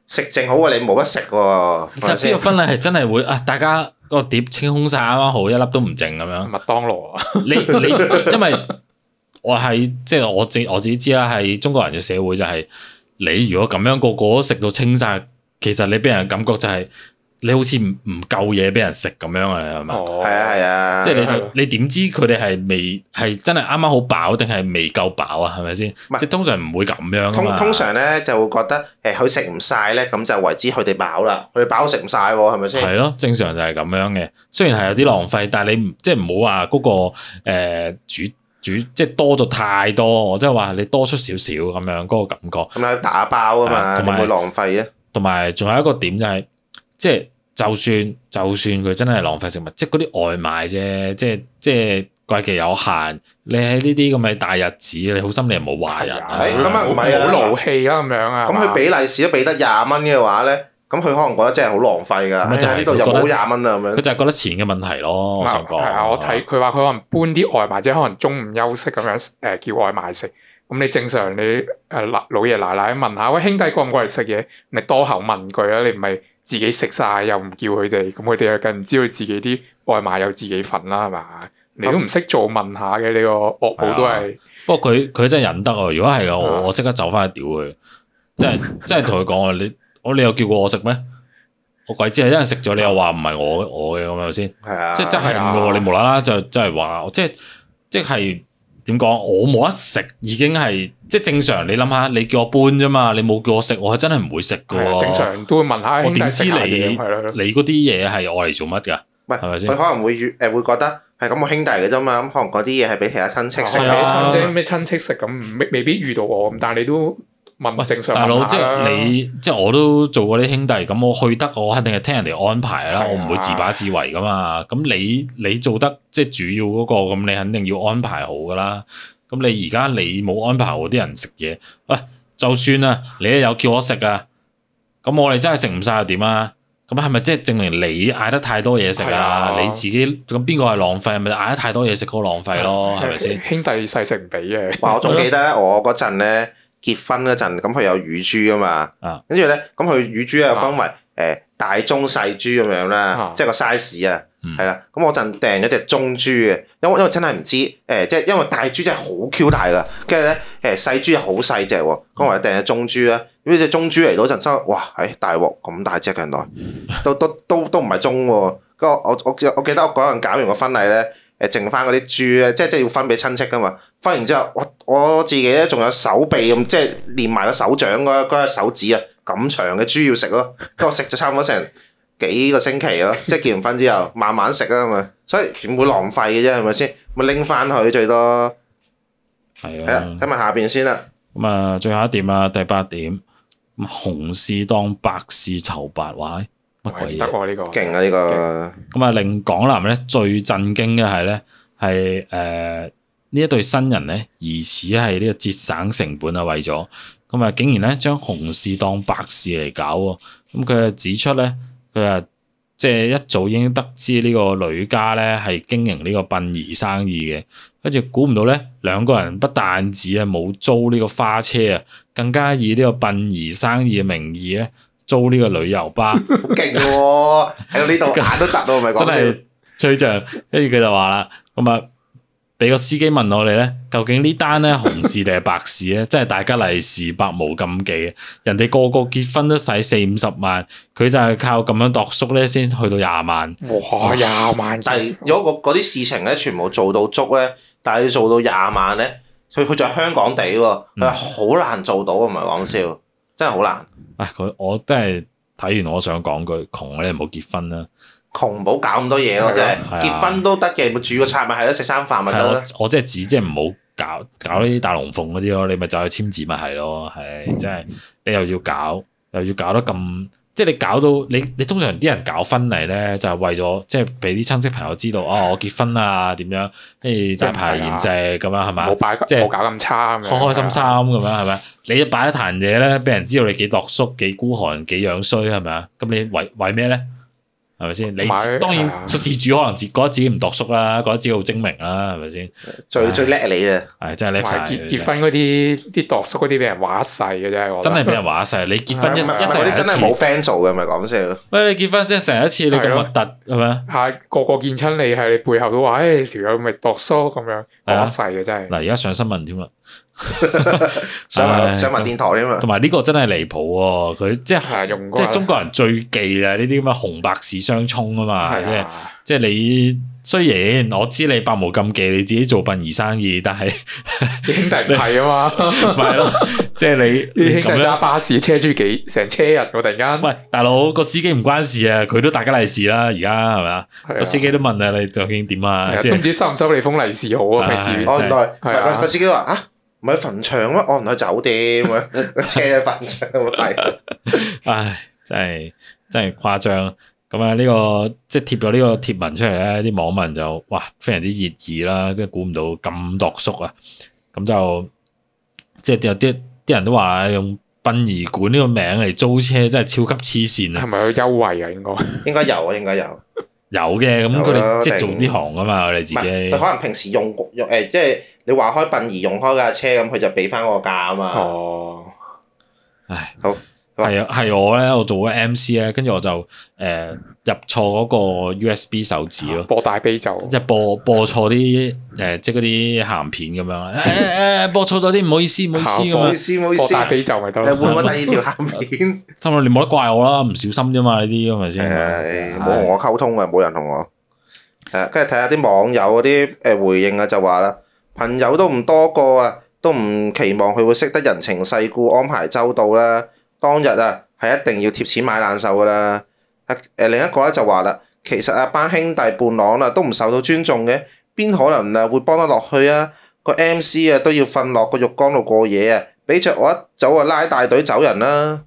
[SPEAKER 3] 食剩好過你冇得食喎，係咪
[SPEAKER 1] 但係邊個
[SPEAKER 3] 先？
[SPEAKER 1] 婚禮係真係會啊？大家個碟清空晒啱啱好，一粒都唔剩咁樣。
[SPEAKER 2] 麥當勞啊，
[SPEAKER 1] 你你因為我係即係我自我自己知啦，係中國人嘅社會就係、你如果咁樣個個都食到清晒，其實你俾人嘅感覺就係、你好似唔唔夠嘢俾人食咁樣啊，係嘛？
[SPEAKER 2] 哦，
[SPEAKER 3] 係啊係啊，
[SPEAKER 1] 即係你
[SPEAKER 2] 係
[SPEAKER 1] 就
[SPEAKER 2] 咯
[SPEAKER 1] 你點知佢哋係未係真係啱啱好飽定係未夠飽啊？係咪先？
[SPEAKER 3] 係
[SPEAKER 1] 即係通常唔會咁樣㗎
[SPEAKER 3] 通
[SPEAKER 1] 嘛
[SPEAKER 3] 通常咧就會覺得誒佢食唔晒咧，咁就為之佢哋飽啦。佢哋飽食唔晒喎，係咪先？
[SPEAKER 1] 係咯，正常就係咁樣嘅。雖然係有啲浪費，但係你唔即係唔好話嗰個、呃、煮煮即係多咗太多，我即係話你多出少少咁樣嗰、個感覺。
[SPEAKER 3] 咁你打包啊
[SPEAKER 1] 啊
[SPEAKER 3] 嘛，
[SPEAKER 1] 同
[SPEAKER 3] 點
[SPEAKER 1] 埋
[SPEAKER 3] 會浪費啊？
[SPEAKER 1] 同埋仲有一個點就係、即係就算就算佢真係浪費食物，即係嗰啲外賣啫，即係即係季期有限。你喺呢啲咁嘅大日子，你好心你唔好話人啊。
[SPEAKER 3] 哎咁啊唔係啊
[SPEAKER 2] 好勞氣啦咁樣啊，
[SPEAKER 3] 咁佢俾利是都俾得廿蚊嘅話咧，咁佢可能覺得真係好浪費㗎。
[SPEAKER 1] 咪就係
[SPEAKER 3] 哎呀呢度
[SPEAKER 1] 佢
[SPEAKER 3] 又
[SPEAKER 1] 覺得
[SPEAKER 3] 冇廿蚊啦咁
[SPEAKER 1] 佢
[SPEAKER 3] 樣。
[SPEAKER 1] 就係覺得錢嘅問題咯，我想講。
[SPEAKER 2] 係啊，我睇佢話佢可能搬啲外賣，即係可能中午休息咁樣誒、叫外賣食。咁你正常你誒、老老爺奶奶問下，喂兄弟過唔過嚟食嘢？你多口問句啊啦，你唔係自己食晒又唔叫佢哋，咁佢哋又更唔知道自己啲外賣有自己份啦，係嘛？你都唔識做問下嘅，你個惡母都係
[SPEAKER 1] 不過佢佢真係忍得啊！如果係嘅，
[SPEAKER 2] 啊
[SPEAKER 1] 我我即刻走翻去屌佢，即係即係同佢講啊！你我你有叫過我食咩？我鬼知啊！一人食咗，你又話唔係我我嘅咁係咪先？
[SPEAKER 3] 係啊，
[SPEAKER 1] 即係真係
[SPEAKER 2] 係
[SPEAKER 1] 嘅
[SPEAKER 2] 啊
[SPEAKER 1] 喎！你無啦啦就真係話，即係即係點講？我冇得食已經係即係正常。你諗下，你叫我搬啫嘛，你冇叫我食，我係真係唔會食嘅
[SPEAKER 2] 係啊
[SPEAKER 1] 喎。
[SPEAKER 2] 正常都會問下
[SPEAKER 1] 我
[SPEAKER 2] 兄弟
[SPEAKER 1] 點
[SPEAKER 2] 食
[SPEAKER 1] 知
[SPEAKER 2] 下嘢
[SPEAKER 1] 你
[SPEAKER 2] 係咯。
[SPEAKER 1] 你嗰啲嘢係我嚟做乜㗎？
[SPEAKER 3] 唔係
[SPEAKER 1] 係咪先
[SPEAKER 3] 佢？可能會越誒會覺得係咁，我兄弟嘅啫嘛。咁可能嗰啲嘢係俾其他親戚食
[SPEAKER 2] 係
[SPEAKER 1] 係
[SPEAKER 3] 㗎。
[SPEAKER 1] 啊
[SPEAKER 2] 啊，親戚咩親戚食咁，未未必遇到我咁，但係你都問正常
[SPEAKER 1] 大佬，
[SPEAKER 2] 問
[SPEAKER 1] 即
[SPEAKER 2] 下啦
[SPEAKER 1] 係你，即係我都做過啲兄弟，咁我去得，我肯定係聽人哋安排啦，
[SPEAKER 2] 係啊
[SPEAKER 1] 我唔會自把自為噶嘛。咁你你做得即係主要嗰、個，咁你肯定要安排好噶啦。咁你而家你冇安排好啲人食嘢，喂，就算啊，你有叫我食啊，咁我哋真係食唔晒又點啊？咁係咪即係證明你嗌得太多嘢食
[SPEAKER 2] 係
[SPEAKER 1] 啊？
[SPEAKER 2] 啊
[SPEAKER 1] 你自己咁邊個係浪費？咪嗌得太多嘢食嗰個浪費咯，
[SPEAKER 2] 啊
[SPEAKER 1] 係咪先？
[SPEAKER 2] 兄弟細食唔俾嘅，
[SPEAKER 3] 哇！我仲記得咧，我嗰陣咧結婚嗰陣，咁佢有乳豬啊
[SPEAKER 1] 啊
[SPEAKER 3] 嘛，跟住咧，咁佢乳豬又分為誒呃大、中、細豬咁樣啦
[SPEAKER 2] 啊，
[SPEAKER 3] 即係個 size 啊
[SPEAKER 1] 嗯，
[SPEAKER 3] 係啦。咁我嗰陣訂咗只中豬嘅，因為因為真係唔知誒、即係因為大豬真係好 Q 大噶，跟住咧誒細豬又好細只喎，咁我哋訂隻中豬啦，點知隻中豬嚟到陣收，哇！誒、大鑊咁大隻嘅原來，都都都都唔係中喎。跟住我我我我記得我嗰陣搞完個婚禮咧，誒剩翻嗰啲豬咧，即係即係要分俾親戚噶嘛。分完之後，我我自己咧仲有手臂咁，即係連埋個手掌嗰嗰隻手指啊咁長嘅豬要食咯。跟住我食咗差唔多成幾個星期 咯，即係結完婚之後慢慢食啊嘛，所以唔會浪費嘅啫，係咪先？咪拎翻去最多，
[SPEAKER 1] 系
[SPEAKER 3] 係
[SPEAKER 1] 啊
[SPEAKER 3] 啦，，睇埋下邊先啦。
[SPEAKER 1] 咁啊，最後一點啊，第八點，咁紅事當白事籌白話，乜
[SPEAKER 2] 喂
[SPEAKER 1] 鬼
[SPEAKER 2] 唔得
[SPEAKER 1] 嘢？
[SPEAKER 2] 喎呢個，
[SPEAKER 3] 勁啊！呢個
[SPEAKER 1] 咁啊，令港男咧最震驚嘅係咧，係誒呢一對新人咧，疑似係呢個節省成本啊，為咗咁啊，竟然咧將紅事當白事嚟搞喎。咁佢就指出咧，佢啊即係一早已經得知呢個女家咧係經營呢個殯儀生意嘅，跟住估唔到咧兩個人不但止啊冇租呢個花車啊，更加以呢個殯儀生意嘅名義咧租呢個旅遊巴。
[SPEAKER 3] 好勁喎，喺到呢度眼都突到，咪
[SPEAKER 1] 真
[SPEAKER 3] 講
[SPEAKER 1] 係
[SPEAKER 3] 先。
[SPEAKER 1] 吹脹。跟住佢就話啦，咁啊，俾個司機問我哋咧，究竟呢單咧紅事定係白事咧？ 真係大家利是百無禁忌嘅，人哋個個結婚都使四五十萬，佢就係靠咁樣度縮咧先去到廿萬。
[SPEAKER 2] 哇廿萬
[SPEAKER 3] 但係如果嗰嗰啲事情咧，全部做到足咧，但係要做到廿萬咧，佢佢就係香港地喎，
[SPEAKER 1] 嗯
[SPEAKER 3] 佢係好難做到，唔係講笑，真係好難。
[SPEAKER 1] 唉，啊佢我真係睇完我想講句，窮你唔好結婚啦。
[SPEAKER 3] 窮唔好搞咁多嘢咯，真
[SPEAKER 1] 係啊
[SPEAKER 3] 係結婚都得嘅，咪煮個菜咪係咯，食餐飯咪
[SPEAKER 1] 係
[SPEAKER 3] 得
[SPEAKER 1] 我
[SPEAKER 3] 啦。
[SPEAKER 1] 我即係指即係唔好搞搞呢啲大龍鳳嗰啲咯，你咪就去簽字咪係咯，係真係你又要搞，又要搞得咁，即係你搞到你你通常啲人搞婚禮咧，就係、為咗即係俾啲親戚朋友知道，哦我結婚啦點樣，跟住大排筵席咁樣係嘛
[SPEAKER 2] 冇，擺
[SPEAKER 1] 即係
[SPEAKER 2] 冇搞咁差咁樣，
[SPEAKER 1] 開
[SPEAKER 2] 啊
[SPEAKER 1] 開心心咁樣係咪？你一擺一壇嘢咧，俾人知道你幾落縮、幾孤寒、幾樣衰係咪啊？咁你為為咩咧？係咪先？你
[SPEAKER 2] 同埋
[SPEAKER 1] 當然
[SPEAKER 2] 係啊
[SPEAKER 1] 事主可能自覺得自己唔度縮啦，覺得自己好精明啦，係咪先？
[SPEAKER 3] 最最叻你啊！
[SPEAKER 1] 係真係
[SPEAKER 2] 同
[SPEAKER 1] 叻晒
[SPEAKER 2] 埋
[SPEAKER 1] 佢
[SPEAKER 2] 結
[SPEAKER 1] 真係
[SPEAKER 2] 結婚嗰啲啲度叔嗰啲俾人話一世嘅真係，我覺
[SPEAKER 1] 真
[SPEAKER 2] 得
[SPEAKER 1] 係俾人話晒，你結婚一
[SPEAKER 2] 係
[SPEAKER 1] 一
[SPEAKER 2] 啊唔係
[SPEAKER 1] 世
[SPEAKER 3] 嗰
[SPEAKER 1] 人
[SPEAKER 3] 啲真係
[SPEAKER 1] 一
[SPEAKER 3] 冇
[SPEAKER 1] 次，
[SPEAKER 3] friend 做嘅，咪講笑。
[SPEAKER 1] 喂，你結婚即係成日一次，你咁核突係咪？
[SPEAKER 2] 係個個見親你係你背後都話，誒條友咪度叔咁樣
[SPEAKER 1] 係啊
[SPEAKER 2] 話一世嘅真係。
[SPEAKER 1] 嗱，而家上新聞添啦，
[SPEAKER 3] 想
[SPEAKER 1] 唉
[SPEAKER 3] 埋想埋電台添啊！
[SPEAKER 1] 同埋呢個真係離譜喎！佢即係
[SPEAKER 2] 係啊用
[SPEAKER 1] 即係中國人最忌啊呢啲咁嘅紅白事相沖啊嘛，即係
[SPEAKER 2] 係啊
[SPEAKER 1] 即係你雖然我知你百無禁忌，你自己做殯儀生意，但 係
[SPEAKER 2] 啲兄弟唔係 啊嘛，
[SPEAKER 1] 唔係咯，即係你
[SPEAKER 2] 啲
[SPEAKER 1] 你
[SPEAKER 2] 兄
[SPEAKER 1] 咁
[SPEAKER 2] 弟
[SPEAKER 1] 樣
[SPEAKER 2] 揸。巴士車住幾成車人喎，突然間
[SPEAKER 1] 喂，大佬個司機唔關事啊，佢都大家利是啦，而家係咪啊？
[SPEAKER 2] 係啊
[SPEAKER 1] 個司機都問啊，你究竟點
[SPEAKER 2] 係
[SPEAKER 1] 啊？
[SPEAKER 2] 啊
[SPEAKER 1] 即
[SPEAKER 2] 都
[SPEAKER 1] 係
[SPEAKER 2] 唔知收唔收你封利是好啊，
[SPEAKER 1] 唉
[SPEAKER 2] 平
[SPEAKER 1] 哦
[SPEAKER 2] 時
[SPEAKER 3] 哦，原來
[SPEAKER 2] 係啊
[SPEAKER 3] 唔係個個司機話啊，唔係墳場咩？我唔去酒店 啊，車喺墳場咁啊係。
[SPEAKER 1] 唉，真係真係誇張。咁啊，呢個即係貼咗呢個貼文出嚟咧，啲網民就哇非常之熱議啦，跟住估唔到咁度縮啊，咁就即係有啲啲人都話用殯儀館呢個名嚟租車真係超級黐線
[SPEAKER 2] 係
[SPEAKER 1] 啊！
[SPEAKER 2] 咪有優惠啊？應該
[SPEAKER 3] 應該有啊，應該有。唔
[SPEAKER 1] 有嘅，咁佢
[SPEAKER 3] 有啦
[SPEAKER 1] 哋即係
[SPEAKER 3] 一
[SPEAKER 1] 做
[SPEAKER 3] 定
[SPEAKER 1] 呢行噶嘛，佢哋自
[SPEAKER 3] 係
[SPEAKER 1] 己
[SPEAKER 3] 佢可能平時用用誒，即係你話開殯儀用開架車咁，佢就俾翻個價啊嘛。
[SPEAKER 2] 哦，
[SPEAKER 1] 唉，
[SPEAKER 3] 好
[SPEAKER 1] 係啊，係我咧，我做咗 MC 咧，跟住我就誒、呃入錯嗰個 USB 手指咯。
[SPEAKER 2] 播大悲咒，
[SPEAKER 1] 即係播播錯啲誒，即係嗰啲鹹片咁樣，誒誒播錯咗啲，唔好意思，唔好意思咁
[SPEAKER 3] 唔好意
[SPEAKER 1] 樣。
[SPEAKER 3] 思，唔好意
[SPEAKER 2] 播
[SPEAKER 3] 思，
[SPEAKER 2] 大悲咒咪得
[SPEAKER 3] 你
[SPEAKER 2] 咯。
[SPEAKER 3] 換揾第二條鹹片。
[SPEAKER 1] 心諗你冇得怪我啦，唔小心啫嘛，呢啲係咪先？
[SPEAKER 3] 誒，冇同
[SPEAKER 1] 係
[SPEAKER 3] 我溝通啊，冇人同我。誒，跟住睇下啲網友嗰啲誒回應啊，就話啦，朋友都唔多個啊，都唔期望佢會識得人情世故，安排周到啦。當日啊，係一定要貼錢買難受噶啦。啊誒，另一個咧就話啦，其實啊，班兄弟伴郎啦都唔受到尊重嘅，邊可能啊會幫得落去啊？個 MC 啊都要瞓落個浴缸度過夜啊，俾着我一早啊拉大隊走人啦。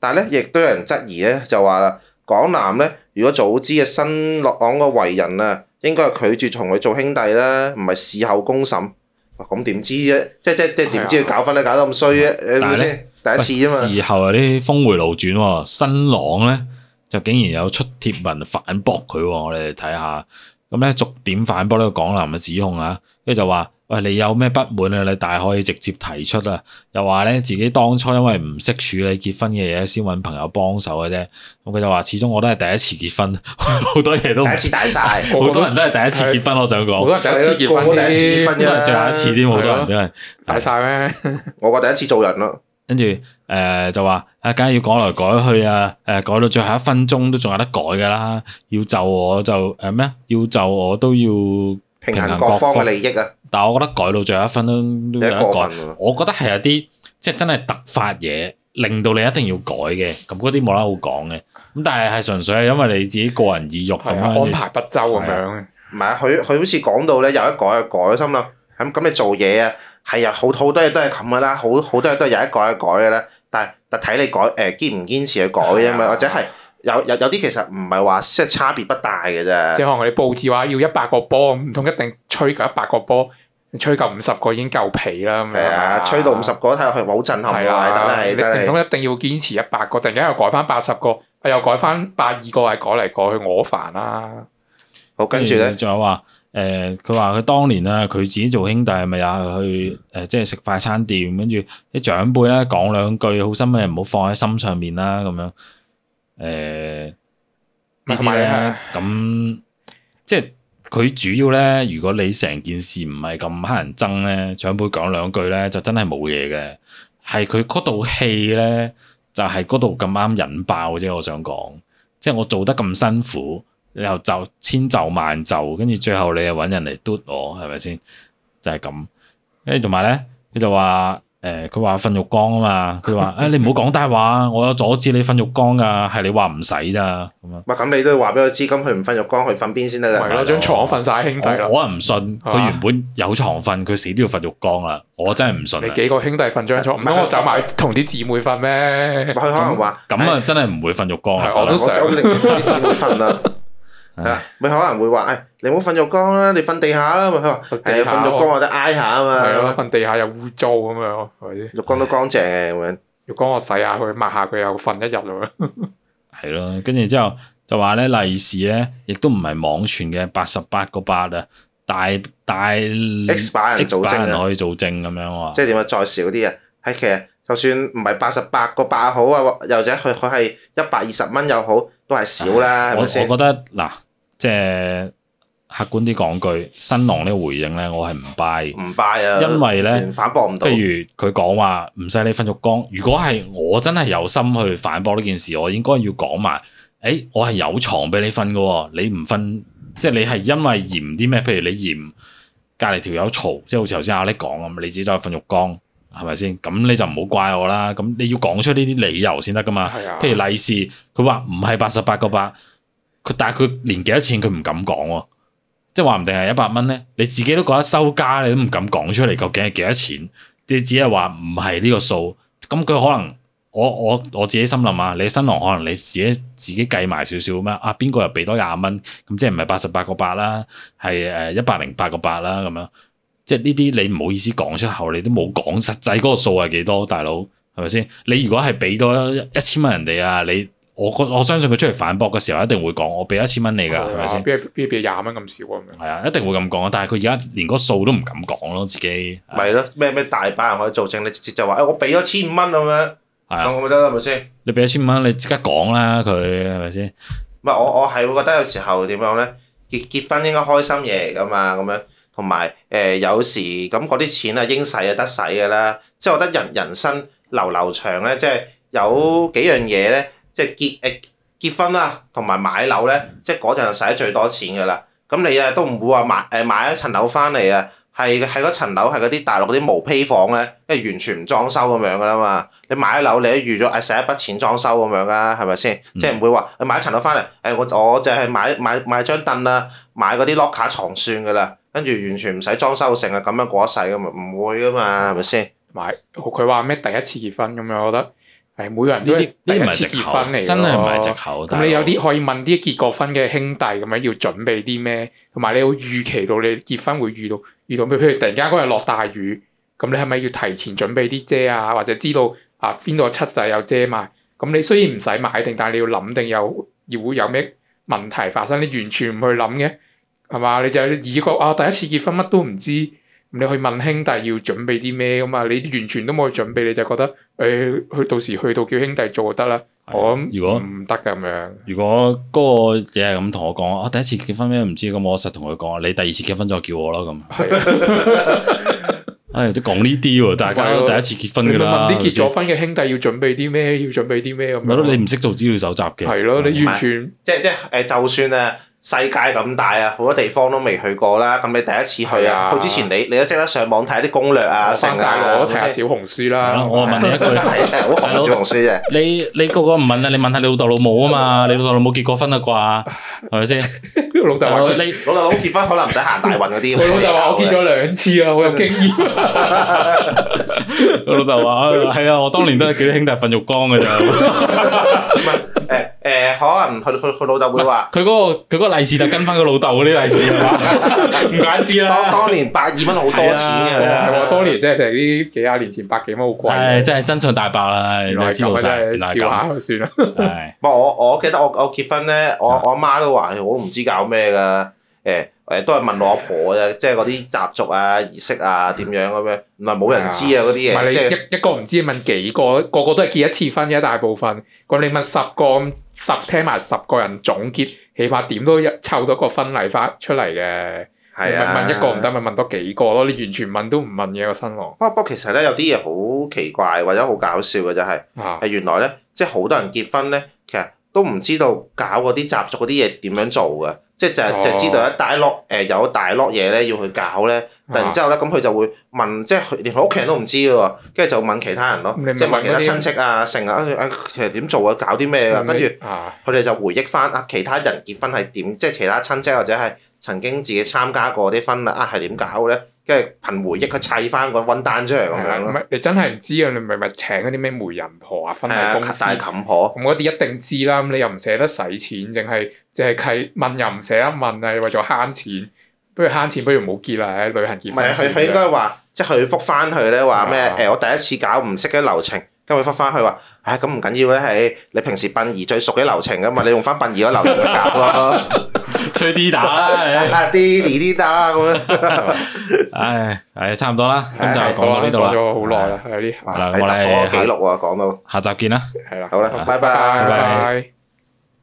[SPEAKER 3] 但係咧，亦都有人質疑咧，就話啦。港男咧，如果早知嘅啊新落港嘅為人啊，應該係拒絕同佢做兄弟啦，唔係事後公審。哇咁點知啫？即即即點知佢搞婚禮搞得咁衰啫？誒係咪先？第一次啫嘛，
[SPEAKER 1] 事後有啲峰回路轉喎，新郎咧就竟然有出貼文反駁佢喎，我哋睇下。咁咧逐點反駁呢個港男嘅指控啊，跟住就話喂，你有咩不滿啊？你大可以直接提出啊！又話咧自己當初因為唔識處理結婚嘅嘢，先揾朋友幫手嘅啫。
[SPEAKER 2] 嗯
[SPEAKER 1] 咁佢就話，始終我都係第一次結 婚，好多嘢都
[SPEAKER 3] 第
[SPEAKER 1] 唔
[SPEAKER 3] 一次
[SPEAKER 1] 識
[SPEAKER 3] 大晒，
[SPEAKER 2] 我
[SPEAKER 1] 好多人都係第一次結婚。我想
[SPEAKER 2] 好
[SPEAKER 1] 講，
[SPEAKER 2] 多人第一次結婚
[SPEAKER 3] 個個第一次結婚
[SPEAKER 1] 都係最後一次添，好多人都係。
[SPEAKER 2] 大晒咩？
[SPEAKER 3] 我個第一次做人咯，
[SPEAKER 1] 跟住誒就話啊，梗係要改來改去啊！誒、改到最後一分鐘都仲有得改噶啦，要就我就誒咩啊、要就我都要，
[SPEAKER 3] 平
[SPEAKER 1] 衡
[SPEAKER 3] 衡
[SPEAKER 1] 各
[SPEAKER 3] 各方
[SPEAKER 1] 方
[SPEAKER 3] 嘅利益啊，
[SPEAKER 1] 但係我覺得改到最後一分鐘都有
[SPEAKER 3] 有
[SPEAKER 1] 得
[SPEAKER 3] 啲
[SPEAKER 1] 改
[SPEAKER 3] 過。分喎。
[SPEAKER 1] 我覺得係有啲即係真係突發嘢，令到你一定要改嘅，咁嗰啲冇得好講嘅。咁但係係純粹係因為你自己個人意欲咁
[SPEAKER 2] 係啊，
[SPEAKER 1] 樣
[SPEAKER 2] 安排不周咁樣。
[SPEAKER 3] 唔係啊，佢佢好似講到咧，有一改就改咗心諗，咁咁你做嘢啊，係啊，好好多嘢都係咁噶啦，好好多嘢都係有一改就改嘅啦。但係但睇你改誒、堅唔堅持去改啫嘛，或者係有有有啲其實唔係話即係差別不大嘅
[SPEAKER 2] 即
[SPEAKER 3] 啫。
[SPEAKER 2] 係可能我哋佈置話要一百個波，唔通一定吹夠一百個波，吹夠五十個已經夠皮啦。咁樣
[SPEAKER 3] 係啊，吹到五十個睇落去好震撼
[SPEAKER 2] 係
[SPEAKER 3] 喎，
[SPEAKER 2] 啦，
[SPEAKER 3] 等
[SPEAKER 2] 你
[SPEAKER 3] 你等
[SPEAKER 2] 唔
[SPEAKER 3] 你。
[SPEAKER 2] 通一定要堅持一百個，突然間又改翻八十個，啊又改翻八二個，係改嚟改去，我煩啦。
[SPEAKER 3] 好，跟住咧，
[SPEAKER 1] 仲有話誒，佢話佢當年啊，佢自己做兄弟咪又去誒、即係食快餐店，跟住啲長輩咧講兩句好心嘅唔好放喺心上面啦，咁樣呃誒呢
[SPEAKER 2] 同
[SPEAKER 1] 啲
[SPEAKER 2] 埋
[SPEAKER 1] 咧，咁即係佢主要咧，如果你成件事唔係咁乞人憎咧，長輩講兩句咧就真係冇嘢嘅，係佢嗰度氣咧就係嗰度咁啱引爆啫，我想講。即係我做得咁辛苦，你又就千就萬就，跟住最後你又揾人嚟嘟我，係咪先？就係、咁。跟住同埋咧，佢就話誒，佢話瞓浴缸啊嘛，佢話誒你唔好講大話啊，我有阻止你瞓浴缸噶，係你話唔使咋咁樣。
[SPEAKER 3] 唔係咁你都要話俾佢知，咁佢唔瞓浴缸，佢瞓邊先得
[SPEAKER 2] 係
[SPEAKER 3] 㗎。
[SPEAKER 2] 咯，張床瞓晒兄弟啦
[SPEAKER 1] 我。我啊唔信，
[SPEAKER 2] 係嘛
[SPEAKER 1] 佢原本有床瞓，佢死都要瞓浴缸啦，我真係唔信
[SPEAKER 2] 你
[SPEAKER 1] 啊。
[SPEAKER 2] 幾個兄弟瞓張床，唔
[SPEAKER 3] 唔係
[SPEAKER 2] 通我走埋同啲姊妹瞓咩
[SPEAKER 3] 佢？可能話
[SPEAKER 1] 咁啊，真係唔會瞓浴缸啊
[SPEAKER 2] 係！我都
[SPEAKER 3] 我
[SPEAKER 2] 想
[SPEAKER 3] 走你你自己瞓啦。係
[SPEAKER 1] 唉
[SPEAKER 3] 啊，咪可能會話，誒，你唔好瞓浴缸啦，你瞓地下啦。咪佢話，
[SPEAKER 2] 瞓
[SPEAKER 3] 誒，
[SPEAKER 2] 地下
[SPEAKER 3] 瞓浴缸我哋挨下啊
[SPEAKER 2] 係咯，
[SPEAKER 3] 嘛，
[SPEAKER 2] 瞓地下又污糟咁樣，係咪先？
[SPEAKER 3] 浴缸都乾淨嘅咁樣。
[SPEAKER 1] 嗯
[SPEAKER 2] 浴缸我洗下佢，抹下佢又瞓一日咁樣。
[SPEAKER 1] 係咯，跟住之後就話咧利是咧，亦都唔係網傳嘅八十八個八啊，大大
[SPEAKER 3] X 版人組
[SPEAKER 1] 版
[SPEAKER 3] 織
[SPEAKER 1] 人
[SPEAKER 3] 啊，
[SPEAKER 1] 可以做證咁樣話
[SPEAKER 3] 即，係點啊？再少啲啊，係其實就算唔係八十八個八好啊，或又或者佢佢係一百二十蚊又好，都係少啦，係
[SPEAKER 1] 我我
[SPEAKER 3] 咪先？
[SPEAKER 1] 覺得嗱，即係客觀啲講句，新郎呢個回應咧，我係唔 buy 嘅。
[SPEAKER 3] 唔 buy 啊，
[SPEAKER 1] 因為呢
[SPEAKER 3] 完全反駁唔到
[SPEAKER 1] 譬。如佢講話唔使你瞓浴缸，如果係我真係有心去反駁呢件事，我應該要講埋，誒、我係有床俾你瞓嘅喎，你唔瞓，即係你係因為嫌啲咩？譬如你嫌隔離條友嘈，即係好似頭先阿叻講咁，你自己走去瞓浴缸，係咪先？咁你就唔好怪我啦。咁你要講出呢啲理由先得噶嘛。
[SPEAKER 2] 係啊，
[SPEAKER 1] 譬如利是，佢話唔係八十八個八，佢但係佢連幾多錢佢唔敢講喎，即係話唔定係一百蚊咧，你自己都覺得收家，你都唔敢講出嚟究竟係幾多錢，你只係話唔係呢個數，咁佢可能我我我自己心諗啊，你新郎可能你自己自己計埋少少咁樣啊，邊個又俾多廿蚊，咁即係唔係八十八個八啦，係誒一百零八個八啦咁樣。即係呢啲你唔好意思講出口，你都冇講實際嗰個數係幾多，大佬係咪先？你如果係俾多一千蚊人哋啊，你我覺我相信佢出嚟反駁嘅時候一定會講，我俾一千蚊你㗎，係咪先？
[SPEAKER 2] 邊邊邊廿蚊咁啊少啊？咁樣
[SPEAKER 1] 係啊，一定會咁講。但係佢而家連嗰個數都唔敢講咯，自己啊
[SPEAKER 3] 咪咯，咩咩大把人可以做證，你直接就話誒我俾咗千五蚊咁樣，
[SPEAKER 1] 係啊，
[SPEAKER 3] 咁咪得啦，係咪先？
[SPEAKER 1] 你俾一千蚊，你即刻講啦，佢係咪先？
[SPEAKER 3] 唔係我我係會覺得有時候點講咧，結結婚應該開心嘢嚟噶嘛，咁樣同埋誒有時咁嗰啲錢啊應使就得使噶啦，即係我覺得人人生流流長咧，即係有幾樣嘢咧，即係結誒、結婚啦，同埋買樓咧，即係嗰陣就使得最多錢噶啦。咁你啊都唔會話買誒、買一層樓翻嚟啊，係係嗰層樓係嗰啲大陸嗰啲無坯房咧，即係完全唔裝修咁樣噶啦嘛。你買咗樓，你都預咗誒哎使一筆錢裝修咁樣啦，係咪先？
[SPEAKER 2] 嗯
[SPEAKER 3] 即係唔會話誒哎買一層樓翻嚟，誒、我我就係買買買張凳啦，買嗰啲 locker 床算噶啦，跟住完全唔使裝修成啊咁樣過一世噶嘛，唔會噶嘛，係咪先？
[SPEAKER 2] 買佢話咩第一次結婚咁樣，我覺得誒每個
[SPEAKER 1] 呢
[SPEAKER 2] 人都
[SPEAKER 1] 啲
[SPEAKER 2] 係
[SPEAKER 1] 呢
[SPEAKER 2] 第
[SPEAKER 1] 啲唔
[SPEAKER 2] 一
[SPEAKER 1] 係
[SPEAKER 2] 次
[SPEAKER 1] 藉
[SPEAKER 2] 結
[SPEAKER 1] 口
[SPEAKER 2] 婚嚟，
[SPEAKER 1] 真係唔係藉。口。大
[SPEAKER 2] 咁
[SPEAKER 1] 佬
[SPEAKER 2] 你有啲可以問啲結過婚嘅兄弟咁樣要準備啲咩，同埋你要預期到你結婚會遇到遇到咩？譬如突然間嗰日落大雨，咁你係咪要提前準備啲遮啊？或者知道啊邊度有七仔有遮埋？咁你雖然唔使買定，但係你要諗定有要會有咩問題發生，你完全唔去諗嘅係嘛？你就以個啊第一次結婚乜都唔知，你去問兄弟要準備啲咩噶嘛？你完全都冇去準備，你就覺得誒，去、到時去到叫兄弟做就得啦。
[SPEAKER 1] 係啊
[SPEAKER 2] 我諗
[SPEAKER 1] 如果
[SPEAKER 2] 唔得㗎咁樣，
[SPEAKER 1] 如果嗰個嘢係咁同我講，我、第一次結婚咩唔知，咁我實同佢講，你第二次結婚再叫我啦咁。 唉，都講呢啲喎，大家都第一次結婚
[SPEAKER 2] 你
[SPEAKER 1] 㗎
[SPEAKER 2] 咪
[SPEAKER 1] 啦。
[SPEAKER 2] 問啲結咗
[SPEAKER 1] 係
[SPEAKER 2] 婚嘅兄弟要準備啲咩？要準備啲咩咁樣？
[SPEAKER 1] 咪咯，你唔識做資料搜集嘅。
[SPEAKER 2] 係咯，你完全
[SPEAKER 3] 即係即係誒，就算啊世界咁大啊，好多地方都未去過啦。咁你第一次去
[SPEAKER 2] 係
[SPEAKER 3] 啊，
[SPEAKER 2] 啊
[SPEAKER 3] 去之前你你都識得上網睇啲攻略啊，成
[SPEAKER 2] 翻
[SPEAKER 3] 啊
[SPEAKER 2] 大，攞睇下小紅書
[SPEAKER 1] 係
[SPEAKER 2] 啦
[SPEAKER 1] 啦，。我問你一 句，
[SPEAKER 3] 係我講小紅書啫。
[SPEAKER 1] 你你個個唔問啊，你問下你老豆老母啊 嘛，你老豆老母結過婚啦啩，係咪先？
[SPEAKER 2] 老豆話
[SPEAKER 1] 係
[SPEAKER 2] 結
[SPEAKER 1] 咯你
[SPEAKER 3] 老豆老母結婚可能唔使行大運嗰啲。
[SPEAKER 2] 我 老豆話我結咗兩次啊，好有經驗。
[SPEAKER 1] 我老豆話： 係啊，我當年都係幾多兄弟瞓浴缸嘅咋。
[SPEAKER 3] 唔係啊誒誒，可能佢佢佢老豆會話。
[SPEAKER 1] 佢嗰個佢嗰個利是就跟翻個老豆嗰啲利是 係嘛？唔怪之
[SPEAKER 3] 當
[SPEAKER 1] 啦。
[SPEAKER 3] 當年百二蚊好多錢
[SPEAKER 1] 係
[SPEAKER 3] 嘅，
[SPEAKER 1] 啊
[SPEAKER 2] 啊係喎，當年真係啲幾廿年前百幾蚊好貴。啊
[SPEAKER 1] 唉，真係真相大白啦，你
[SPEAKER 2] 原來係
[SPEAKER 1] 知道
[SPEAKER 2] 咁啊
[SPEAKER 1] 晒，
[SPEAKER 2] 真
[SPEAKER 1] 原來
[SPEAKER 2] 係
[SPEAKER 1] 係
[SPEAKER 2] 笑
[SPEAKER 1] 咁。
[SPEAKER 2] 下就算啦。
[SPEAKER 1] 係
[SPEAKER 3] 唔係我我記得我我結婚咧，我
[SPEAKER 2] 啊
[SPEAKER 3] 我阿媽都話我都唔知搞咩噶，誒誒都係問我阿婆嘅，即係嗰啲習俗啊、儀式啊點樣咁樣，原來冇人知啊嗰啲
[SPEAKER 2] 唔係
[SPEAKER 3] 嘢，
[SPEAKER 2] 你
[SPEAKER 3] 即係
[SPEAKER 2] 一一個唔知問幾個，個個都係結一次婚嘅大部分。咁你問十個咁十聽埋十個人總結，起碼點都一湊到個婚禮翻出嚟嘅。
[SPEAKER 3] 係啊。
[SPEAKER 2] 咪問一個唔得，咪問多幾個咯。你完全問都唔問嘅個新郎
[SPEAKER 3] 不過不過其實咧有啲嘢好奇怪或者好搞笑嘅就係、
[SPEAKER 2] 啊
[SPEAKER 3] 係，原來咧即係好多人結婚咧，其實都唔知道搞嗰啲習俗嗰啲嘢點樣做嘅，即係就係、
[SPEAKER 2] 哦
[SPEAKER 3] 就係知道一大碌誒、有一大碌嘢咧要去搞咧，
[SPEAKER 2] 啊
[SPEAKER 3] 突然之後咧咁佢就會問，即係佢連佢屋企人都唔知嘅喎，跟住就問其他人咯
[SPEAKER 2] 你咪，
[SPEAKER 3] 即係問其他
[SPEAKER 2] 問嗰啲
[SPEAKER 3] 親戚啊、成啊，啊啊其實點做啊、搞啲咩啊，
[SPEAKER 2] 啊
[SPEAKER 3] 跟住。
[SPEAKER 2] 啊，
[SPEAKER 3] 佢哋就回憶翻啊，其他人結婚係點，即係其他親戚或者係曾經自己參加過啲婚禮啊，係點搞咧？跟住憑回憶去砌翻個温單出嚟咁樣
[SPEAKER 2] 唔
[SPEAKER 3] 咯。
[SPEAKER 2] 係你真係唔知啊！你咪咪請嗰啲咩媒人婆啊、婚
[SPEAKER 3] 係啊
[SPEAKER 2] 禮公司
[SPEAKER 3] 大冚婆，
[SPEAKER 2] 咁嗰啲一定知啦，咁你又唔捨得使錢，淨係淨係契問又唔捨得問啊，你為咗慳錢，不如慳錢，不如唔好結啦，喺旅行
[SPEAKER 3] 唔
[SPEAKER 2] 結
[SPEAKER 3] 係
[SPEAKER 2] 婚
[SPEAKER 3] 佢
[SPEAKER 2] 先
[SPEAKER 3] 佢應該話，即係佢復翻佢咧話咩
[SPEAKER 2] 啊？
[SPEAKER 3] 誒，我第一次搞唔識嘅流程，跟住佢復翻佢話，唉咁唔緊要咧，係你平時殯儀最熟嘅流程噶嘛，你用翻殯儀嗰流程去搞咯，
[SPEAKER 1] 吹啲打啦，
[SPEAKER 3] 啊啲啲啲打咁樣。
[SPEAKER 1] 唉唉，差唔多啦，咁就
[SPEAKER 3] 唉
[SPEAKER 1] 講到呢度
[SPEAKER 2] 講咗好耐
[SPEAKER 1] 啦，
[SPEAKER 2] 啦，係啲
[SPEAKER 3] 哇
[SPEAKER 1] 嗱，
[SPEAKER 3] 係
[SPEAKER 1] 我哋
[SPEAKER 3] 突破
[SPEAKER 1] 下
[SPEAKER 3] 啊記錄喎，講到
[SPEAKER 1] 下集見啦。
[SPEAKER 2] 係啦，
[SPEAKER 3] 好啦，
[SPEAKER 1] 拜
[SPEAKER 3] 拜拜。
[SPEAKER 1] 拜
[SPEAKER 2] 拜。